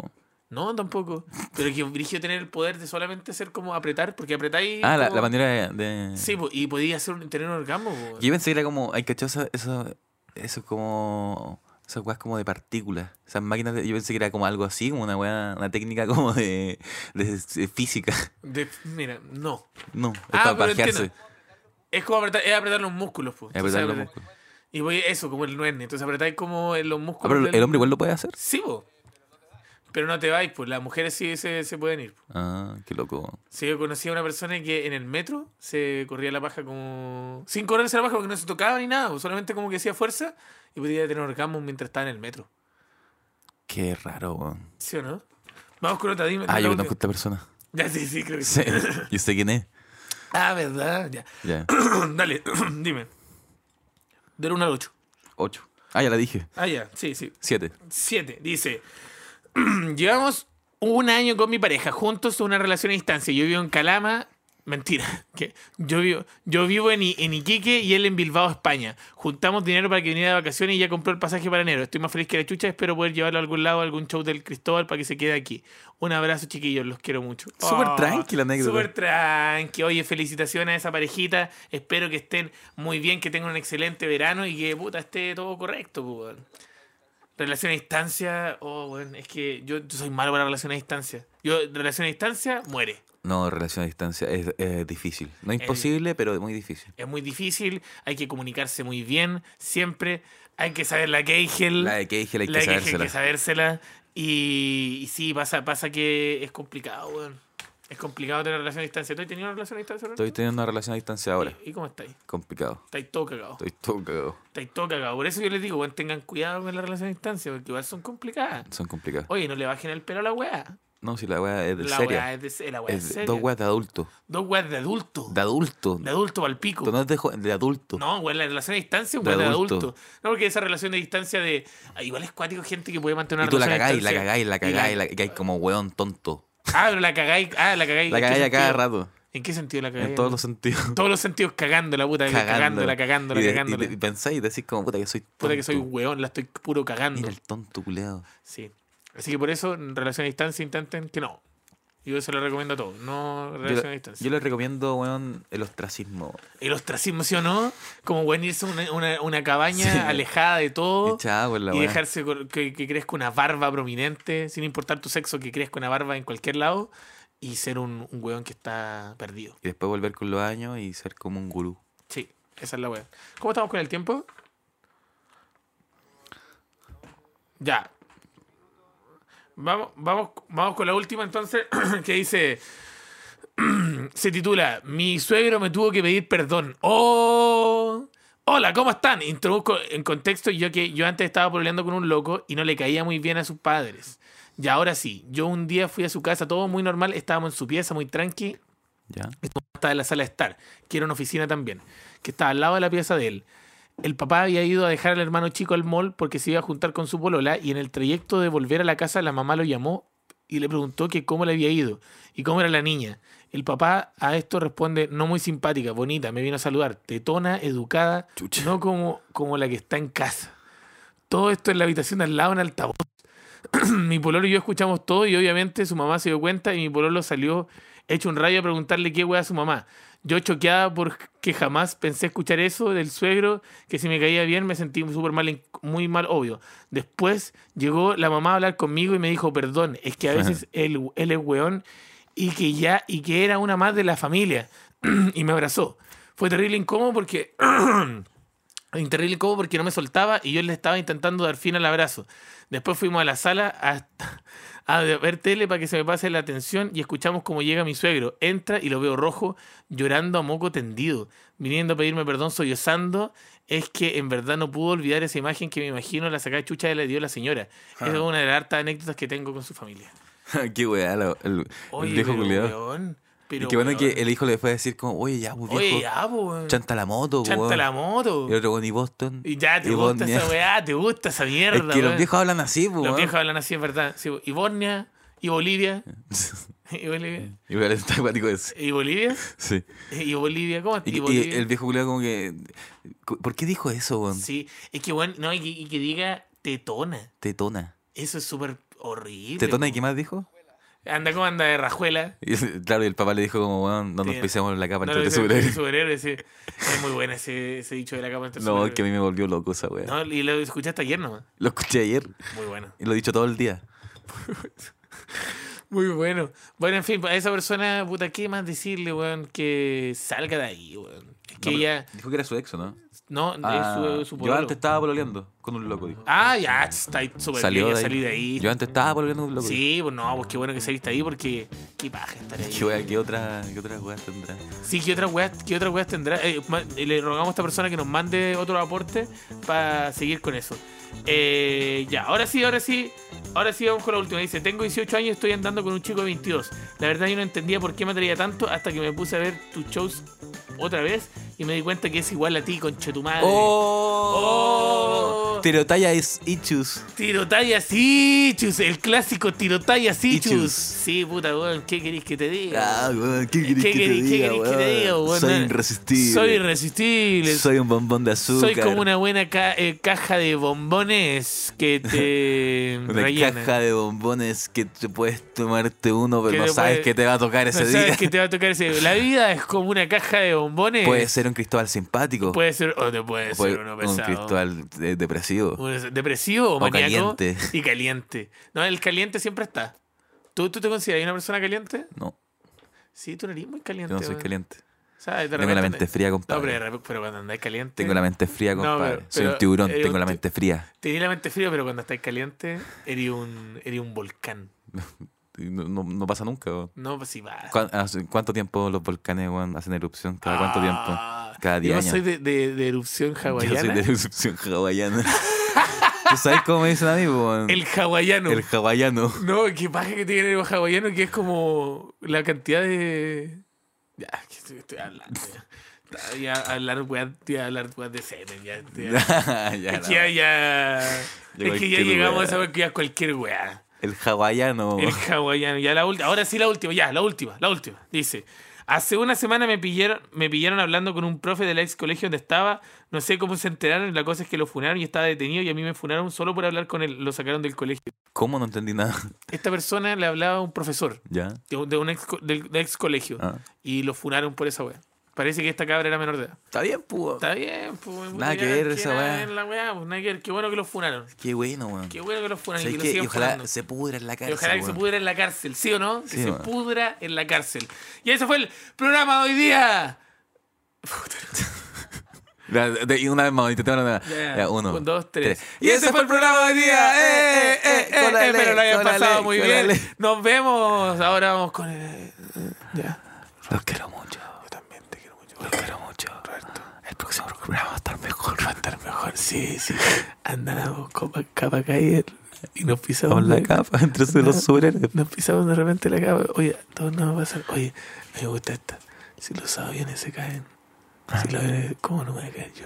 S2: No, tampoco. Pero que brillo tener el poder de solamente ser como apretar, porque apretáis.
S3: Ah, la,
S2: como-
S3: la bandera de. de-
S2: Sí, po, y podías hacer, un- tener un orgasmo. po.
S3: Yo pensé que era como. Hay cachado eso. Eso, eso como. Esas weas como de partículas. Esas máquinas. de- yo pensé que era como algo así, como una wea. Una técnica como de. de, de física. *laughs*
S2: De- mira, no.
S3: No, es
S2: Ah,
S3: para
S2: pero
S3: pajearse.
S2: entiendo. Es como apretar, es apretar los músculos, po.
S3: Es apretar
S2: Entonces,
S3: los
S2: apretar-
S3: músculos.
S2: Y voy eso, como el nuerne. Entonces apretáis como en los
S3: Ah,
S2: músculos.
S3: pero
S2: del-
S3: el hombre igual lo puede hacer.
S2: Sí, vos. Pero no te vais, pues las mujeres sí se, se pueden ir. po.
S3: Ah, qué loco.
S2: Sí, yo conocí a una persona que en el metro se corría la paja como. Sin correrse la paja porque no se tocaba ni nada, po, solamente como que hacía fuerza y podía tener orgasmos mientras estaba en el metro.
S3: Qué raro, weón.
S2: ¿Sí o no? Vamos con otra, dime.
S3: Ah, yo
S2: la última.
S3: conozco a
S2: *laughs*
S3: esta persona.
S2: Ya, sí, sí, creo que sí. *laughs*
S3: Sí, yo sé quién es.
S2: Ah, verdad, ya. *clears throat*
S3: Ya.
S2: Dale, *clears throat* dime. Del 1 al 8.
S3: *clears throat* Ocho. Ah, ya la dije.
S2: Ah, ya, sí, sí.
S3: Siete.
S2: 7. Dice, *clears throat* llevamos un año con mi pareja, juntos en una relación a distancia. Yo vivo en Calama, Mentira. *laughs* Que yo vivo, yo vivo en, I- en Iquique y él en Bilbao, España. Juntamos dinero para que viniera de vacaciones y ya compró el pasaje para enero. Estoy más feliz que la chucha. Espero poder llevarlo a algún lado, a algún show del Cristóbal para que se quede aquí. Un abrazo, chiquillos. Los quiero mucho.
S3: Oh, Súper
S2: Ah,
S3: tranqui la anécdota.
S2: Súper tranqui. Oye, felicitaciones a esa parejita. Espero que estén muy bien, que tengan un excelente verano y que, puta, esté todo correcto, pues, weón. Relación a distancia, oh, weón, es que yo, yo soy malo para relación a distancia. Yo, relación a distancia, muere.
S3: No, relación a distancia es, es difícil. No imposible, pero es muy difícil.
S2: Es muy difícil, hay que comunicarse muy bien, siempre. Hay que saber la Keigel.
S3: La de que dije, la hay
S2: la
S3: que
S2: Kegel hay
S3: sabérsela.
S2: que sabérsela. Y, y sí, pasa, pasa que es complicado, weón. Es complicado tener relación a distancia. ¿Tú has tenido una relación a distancia? Lorenzo?
S3: Estoy teniendo una relación a distancia ahora.
S2: ¿Y, y cómo estáis?
S3: Complicado.
S2: Estáis todo cagado.
S3: Estoy todo cagado.
S2: Estáis todo cagado. Por eso yo les digo, weón, tengan cuidado con la relación a distancia, porque igual son complicadas.
S3: Son complicados.
S2: Oye, no le bajen el pelo a la weá.
S3: No, si la weá es de
S2: La
S3: seria.
S2: weá es de, la weá es
S3: Es de-
S2: seria.
S3: dos weas de adulto.
S2: Dos weas de adulto.
S3: De adulto.
S2: De adulto pa'l pico.
S3: Esto No es de, jo- de adulto.
S2: No, güey, la relación a distancia,
S3: De
S2: güey, de adulto.
S3: adulto.
S2: No, porque esa relación de distancia de. ah, Igual es cuático gente que puede mantener
S3: y
S2: una
S3: tú la
S2: relación a
S3: cagáis, la
S2: distancia.
S3: cagáis,
S2: Y
S3: la
S2: la-
S3: cagáis, la cagáis como weón tonto.
S2: *laughs* Ah, pero la cagáis. Ah, la cagáis.
S3: La
S2: ¿en qué
S3: cagáis a cada
S2: sentido?
S3: rato.
S2: ¿En qué sentido la cagáis?
S3: En todos los sentidos.
S2: Todos los sentidos cagando la puta, *laughs*
S3: *laughs*
S2: cagándola, cagándola,
S3: Y de- y de-
S2: cagándola.
S3: Y pensáis y decís como puta que soy tonto.
S2: Puta que soy un weón, la estoy puro cagando.
S3: Mira el tonto culeado.
S2: Sí. Así que por eso, en relación a distancia, intenten que no. Yo se lo recomiendo a todos, no
S3: Yo,
S2: relación a
S3: le-
S2: distancia.
S3: yo le recomiendo, weón, el ostracismo.
S2: El ostracismo, ¿sí o no? Como weón irse a una, una- una cabaña
S3: Sí.
S2: alejada de todo.
S3: Echa agua en la
S2: Oh, y
S3: weá.
S2: dejarse cor- que, que crezca una barba prominente, sin importar tu sexo, que crezca una barba en cualquier lado y ser un, un weón que está perdido.
S3: Y después volver con los años y ser como un gurú.
S2: Sí, esa es la weón. ¿Cómo estamos con el tiempo? Ya. Vamos, vamos, vamos con la última entonces, *clears throat* que dice... Se titula Mi suegro me tuvo que pedir perdón. ¡Oh! Hola, ¿cómo están? Introduzco en contexto yo que yo antes estaba peleando con un loco y no le caía muy bien a sus padres. Y ahora sí, yo un día fui a su casa, todo muy normal, estábamos en su pieza, muy tranqui,
S3: ¿Ya?
S2: estaba en la sala de estar, que era una oficina también, que estaba al lado de la pieza de él. El papá había ido a dejar al hermano chico al mall porque se iba a juntar con su polola y en el trayecto de volver a la casa la mamá lo llamó y le preguntó que cómo le había ido y cómo era la niña. El papá a esto responde, no muy simpática, bonita, me vino a saludar, tetona, educada,
S3: Chucha.
S2: no como, como la que está en casa. Todo esto en la habitación de al lado en altavoz. *clears throat* mi pololo y yo escuchamos todo y obviamente su mamá se dio cuenta y mi pololo salió hecho un rayo a preguntarle qué hueá a su mamá. Yo choqueada porque jamás pensé escuchar eso del suegro, que si me caía bien me sentí súper mal, en- muy mal, obvio. Después llegó la mamá a hablar conmigo y me dijo, perdón, es que a veces él, él es weón y que ya, y que era una más de la familia. *clears throat* y me abrazó. Fue terrible incómodo porque y Terrible como porque no me soltaba y yo le estaba intentando dar fin al abrazo. Después fuimos a la sala hasta- *laughs* a ver tele para que se me pase la atención y escuchamos cómo llega mi suegro. Entra y lo veo rojo, llorando a moco tendido, viniendo a pedirme perdón, sollozando. Es que en verdad no pudo olvidar esa imagen que me imagino la sacada chucha que le dio la señora.
S3: Ah.
S2: Esa es una de las hartas anécdotas que tengo con su familia.
S3: *laughs* Qué weá, la- el, el
S2: Oye,
S3: viejo
S2: pero,
S3: culeado.
S2: weón, pero,
S3: Y qué bueno que
S2: weón.
S3: el hijo le fue a decir como, oye, ya, pues
S2: Oye,
S3: viejo,
S2: ya, po, weón.
S3: chanta la moto, pues,
S2: Chanta
S3: weón.
S2: la moto.
S3: Y el otro con y Boston.
S2: Y ya, te
S3: y
S2: gusta
S3: Bosnia.
S2: esa weá, te gusta esa mierda.
S3: Es que los
S2: weón.
S3: viejos hablan así, pues,
S2: Los
S3: weón.
S2: viejos hablan así, es verdad. Sí, y Bosnia, y Bolivia. *laughs*
S3: *laughs*
S2: Y Bolivia.
S3: Y weón, está acuático ese.
S2: Y Bolivia.
S3: Sí.
S2: Y Bolivia. ¿Cómo
S3: Y,
S2: y
S3: y
S2: Bolivia?
S3: el viejo culiado como que... cu- ¿Por qué dijo eso, weón?
S2: Sí, es que bueno, no, y, que- y que diga tetona.
S3: Tetona.
S2: Eso es súper horrible.
S3: ¿Tetona y
S2: po.
S3: qué más dijo?
S2: Anda como anda de rajuela.
S3: Y, *laughs* claro, y el papá le dijo como, weón, no nos
S2: Sí.
S3: pisemos la capa
S2: No, lo
S3: entre los
S2: dice el
S3: superhéroes.
S2: superhéroe, sí. Es muy bueno ese, ese dicho de la cama entre
S3: *laughs* No, es que a
S2: superhéroes.
S3: mí me volvió loco esa weá.
S2: No, y lo escuchaste ayer nomás.
S3: Lo escuché ayer
S2: Muy bueno.
S3: y lo he dicho todo el día.
S2: Muy bueno. Bueno, en fin, a esa persona, puta, ¿qué más decirle, weón? Que salga de ahí, weón. Es que
S3: No, pero
S2: ella.
S3: Dijo que era su ex, ¿o ¿no?
S2: No, es
S3: Ah,
S2: su, su
S3: yo
S2: pololo.
S3: antes estaba pololeando con un loco, dijo.
S2: Ah, ya, está ahí súper
S3: Salió
S2: bien,
S3: de
S2: ya
S3: ahí.
S2: salí de ahí.
S3: Yo antes estaba pololeando con un loco.
S2: Sí, pues no, pues qué bueno que saliste ahí porque qué paja estar ahí.
S3: ¿Qué, wea, qué, otra, ¿Qué otras weas tendrá?
S2: Sí, ¿qué otras weas, qué otras weas tendrá? Eh, ma- le rogamos a esta persona que nos mande otro aporte para seguir con eso. Eh, ya, ahora sí, ahora sí, ahora sí vamos con la última. Dice, tengo 18 años y estoy andando con un chico de 22. La verdad yo no entendía por qué me atraía tanto hasta que me puse a ver tus shows otra vez y me di cuenta que es igual a ti, conche tu madre.
S3: ¡Oh!
S2: ¡Oh!
S3: Tirotalla es Ichus.
S2: Tirotalla Sichus, el clásico Tirotalla Sichus.
S3: Ichus.
S2: Sí, puta, weón, ¿qué querés que te diga?
S3: Ah, weón, ¿qué querés
S2: ¿Qué
S3: que te
S2: querés- qué
S3: diga,
S2: querés que te
S3: weón?
S2: diga, weón?
S3: Soy
S2: No,
S3: irresistible.
S2: Soy irresistible.
S3: Soy un bombón de azúcar.
S2: Soy como una buena ca- eh, caja de bombones que te
S3: Una
S2: rellena.
S3: caja *laughs* de bombones que te puedes tomarte uno,
S2: Que
S3: pero no
S2: te
S3: sabes
S2: puede-
S3: qué te va a tocar ese
S2: no
S3: día.
S2: sabes que te va a tocar ese. La vida es como una caja de bombones.
S3: Puede ser un Cristóbal simpático.
S2: Puede ser, o te puede
S3: o puede-
S2: ser uno
S3: un
S2: pesado.
S3: Cristóbal eh, depresivo.
S2: Uno es Depresivo o,
S3: O
S2: maníaco.
S3: caliente.
S2: Y caliente. No, el caliente siempre está. ¿Tú, tú te consideras una persona caliente?
S3: No,
S2: Sí, tú no eres muy caliente.
S3: yo no soy
S2: weón.
S3: caliente.
S2: O sea, de
S3: Tengo
S2: repente
S3: la
S2: ande-
S3: mente fría,
S2: No, pero, de
S3: compadre.
S2: repe- pero cuando andáis caliente.
S3: Tengo la mente fría,
S2: No,
S3: compadre.
S2: pero-
S3: Soy
S2: pero
S3: un tiburón,
S2: eres
S3: tengo
S2: un
S3: la
S2: ti-
S3: mente fría.
S2: Tenía la mente fría, pero cuando estáis caliente, eres un, eres un volcán.
S3: Y No, no- no pasa nunca. weón.
S2: No, pues sí, va.
S3: ¿Cuán- hace- ¿Cuánto tiempo los volcanes weón, hacen erupción? ¿Cada cuánto tiempo?
S2: Ah,
S3: Cada diez
S2: Yo
S3: años.
S2: soy de, de- de erupción hawaiana.
S3: Yo soy de erupción hawaiana. *laughs* ¿Tú sabes cómo me dicen a mí, weón?
S2: El hawaiano.
S3: El hawaiano.
S2: No, qué paja que tiene el hawaiano, que es como la cantidad de. Ya, que estoy, estoy hablando. ya. Estaba Ya hablar weas, ya hablar weas de semen, ya. *laughs* ya.
S3: *laughs* Ya, la
S2: Es que ya, ya. Es
S3: Ya
S2: que ya
S3: cualquier
S2: llegamos
S3: wea.
S2: a saber que ya es cualquier wea.
S3: El hawaiano.
S2: El hawaiano. Ya la última. Ahora sí la última. Ya, la última. La última. Dice. Hace una semana me pillaron, me pillaron hablando con un profe del ex colegio donde estaba. No sé cómo se enteraron. La cosa es que lo funaron y estaba detenido. Y a mí me funaron solo por hablar con él. Lo sacaron del colegio.
S3: ¿Cómo no
S2: *laughs*
S3: entendí nada?
S2: Esta persona le hablaba a un profesor
S3: ¿Ya?
S2: de un, de un ex, co- del- de ex colegio.
S3: Ah.
S2: Y lo funaron por esa wea. Parece que esta cabra era menor de edad.
S3: Está bien, puro.
S2: Ah. Está bien, pues.
S3: Nada
S2: ya,
S3: que ver
S2: ¿qué
S3: esa
S2: nada
S3: wea.
S2: en La wea pues, nada que ver. Qué bueno que lo funaron.
S3: Qué bueno, weón.
S2: Qué bueno que lo funaron y
S3: ¿Sabes
S2: que lo
S3: qué?
S2: sigan
S3: Y ojalá
S2: funando.
S3: se pudra en la
S2: Y
S3: cárcel.
S2: ojalá que se
S3: weón.
S2: pudra en la cárcel, ¿sí o no?
S3: Sí,
S2: que
S3: weón.
S2: se pudra en la cárcel. Y ese fue el programa de hoy día.
S3: Ya, de- y una vez más, intentemos una vez más.
S2: Ya,
S3: Ya, uno.
S2: un, dos, tres.
S3: Y ese fue el programa de hoy día. ¡Eh, eh, eh!
S2: Espero
S3: Cólale,
S2: lo hayan
S3: cólale,
S2: pasado muy bien.
S3: cólale.
S2: Nos vemos. Ahora vamos con el. Ya.
S3: Los quiero mucho. Yo también te quiero mucho. Los quiero mucho. Roberto. El próximo programa va a estar mejor. Va a estar mejor, sí, sí.
S2: Andan a dos copas capa caer y nos pisamos
S3: Con la capa
S2: *laughs*
S3: entre los sureles.
S2: Nos pisamos de repente la capa. Oye, todo nos va a pasar. Oye, me gusta esta. Si los aviones se caen.
S3: Ah.
S2: Si los aviones, ¿Cómo no me voy a caer yo?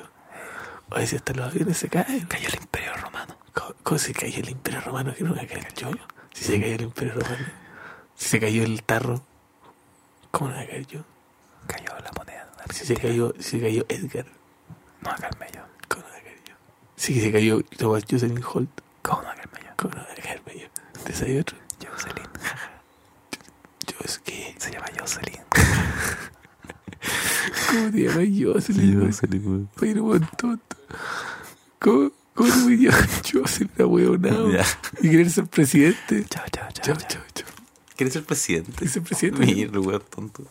S2: Oye, si hasta los aviones se caen.
S3: Cayó el imperio romano.
S2: ¿Cómo, cómo se cayó el imperio romano? ¿Que no me voy a caer yo? Si se cayó el imperio romano. Si se cayó el tarro. ¿Cómo no me voy a caer yo?
S3: Cayó la moneda.
S2: Si se cayó, si se cayó Edgar.
S3: No a Carmello.
S2: ¿Cómo no me voy a caer yo? Si se cayó Thomas Jocelyn Holt.
S3: ¿Cómo no a Carmello?
S2: ¿Cómo no me voy a caerme yo? ¿Te salió otro?
S3: Jocelyn.
S2: Yo es que...
S3: Se llama Jocelyn.
S2: *laughs* ¿Cómo te llamas Jocelyn? güey?
S3: Jocelyn, weón.
S2: Oye, no, weón, tonto. ¿Cómo, cómo te voy a *laughs* llamar Jocelyn, ahueonado?
S3: Ya.
S2: Y querer ser presidente.
S3: Chao, chao, chao.
S2: Chao,
S3: chao.
S2: chao, chao.
S3: ¿Quieres ser presidente?
S2: Ser presidente.
S3: Mira, weón, tonto.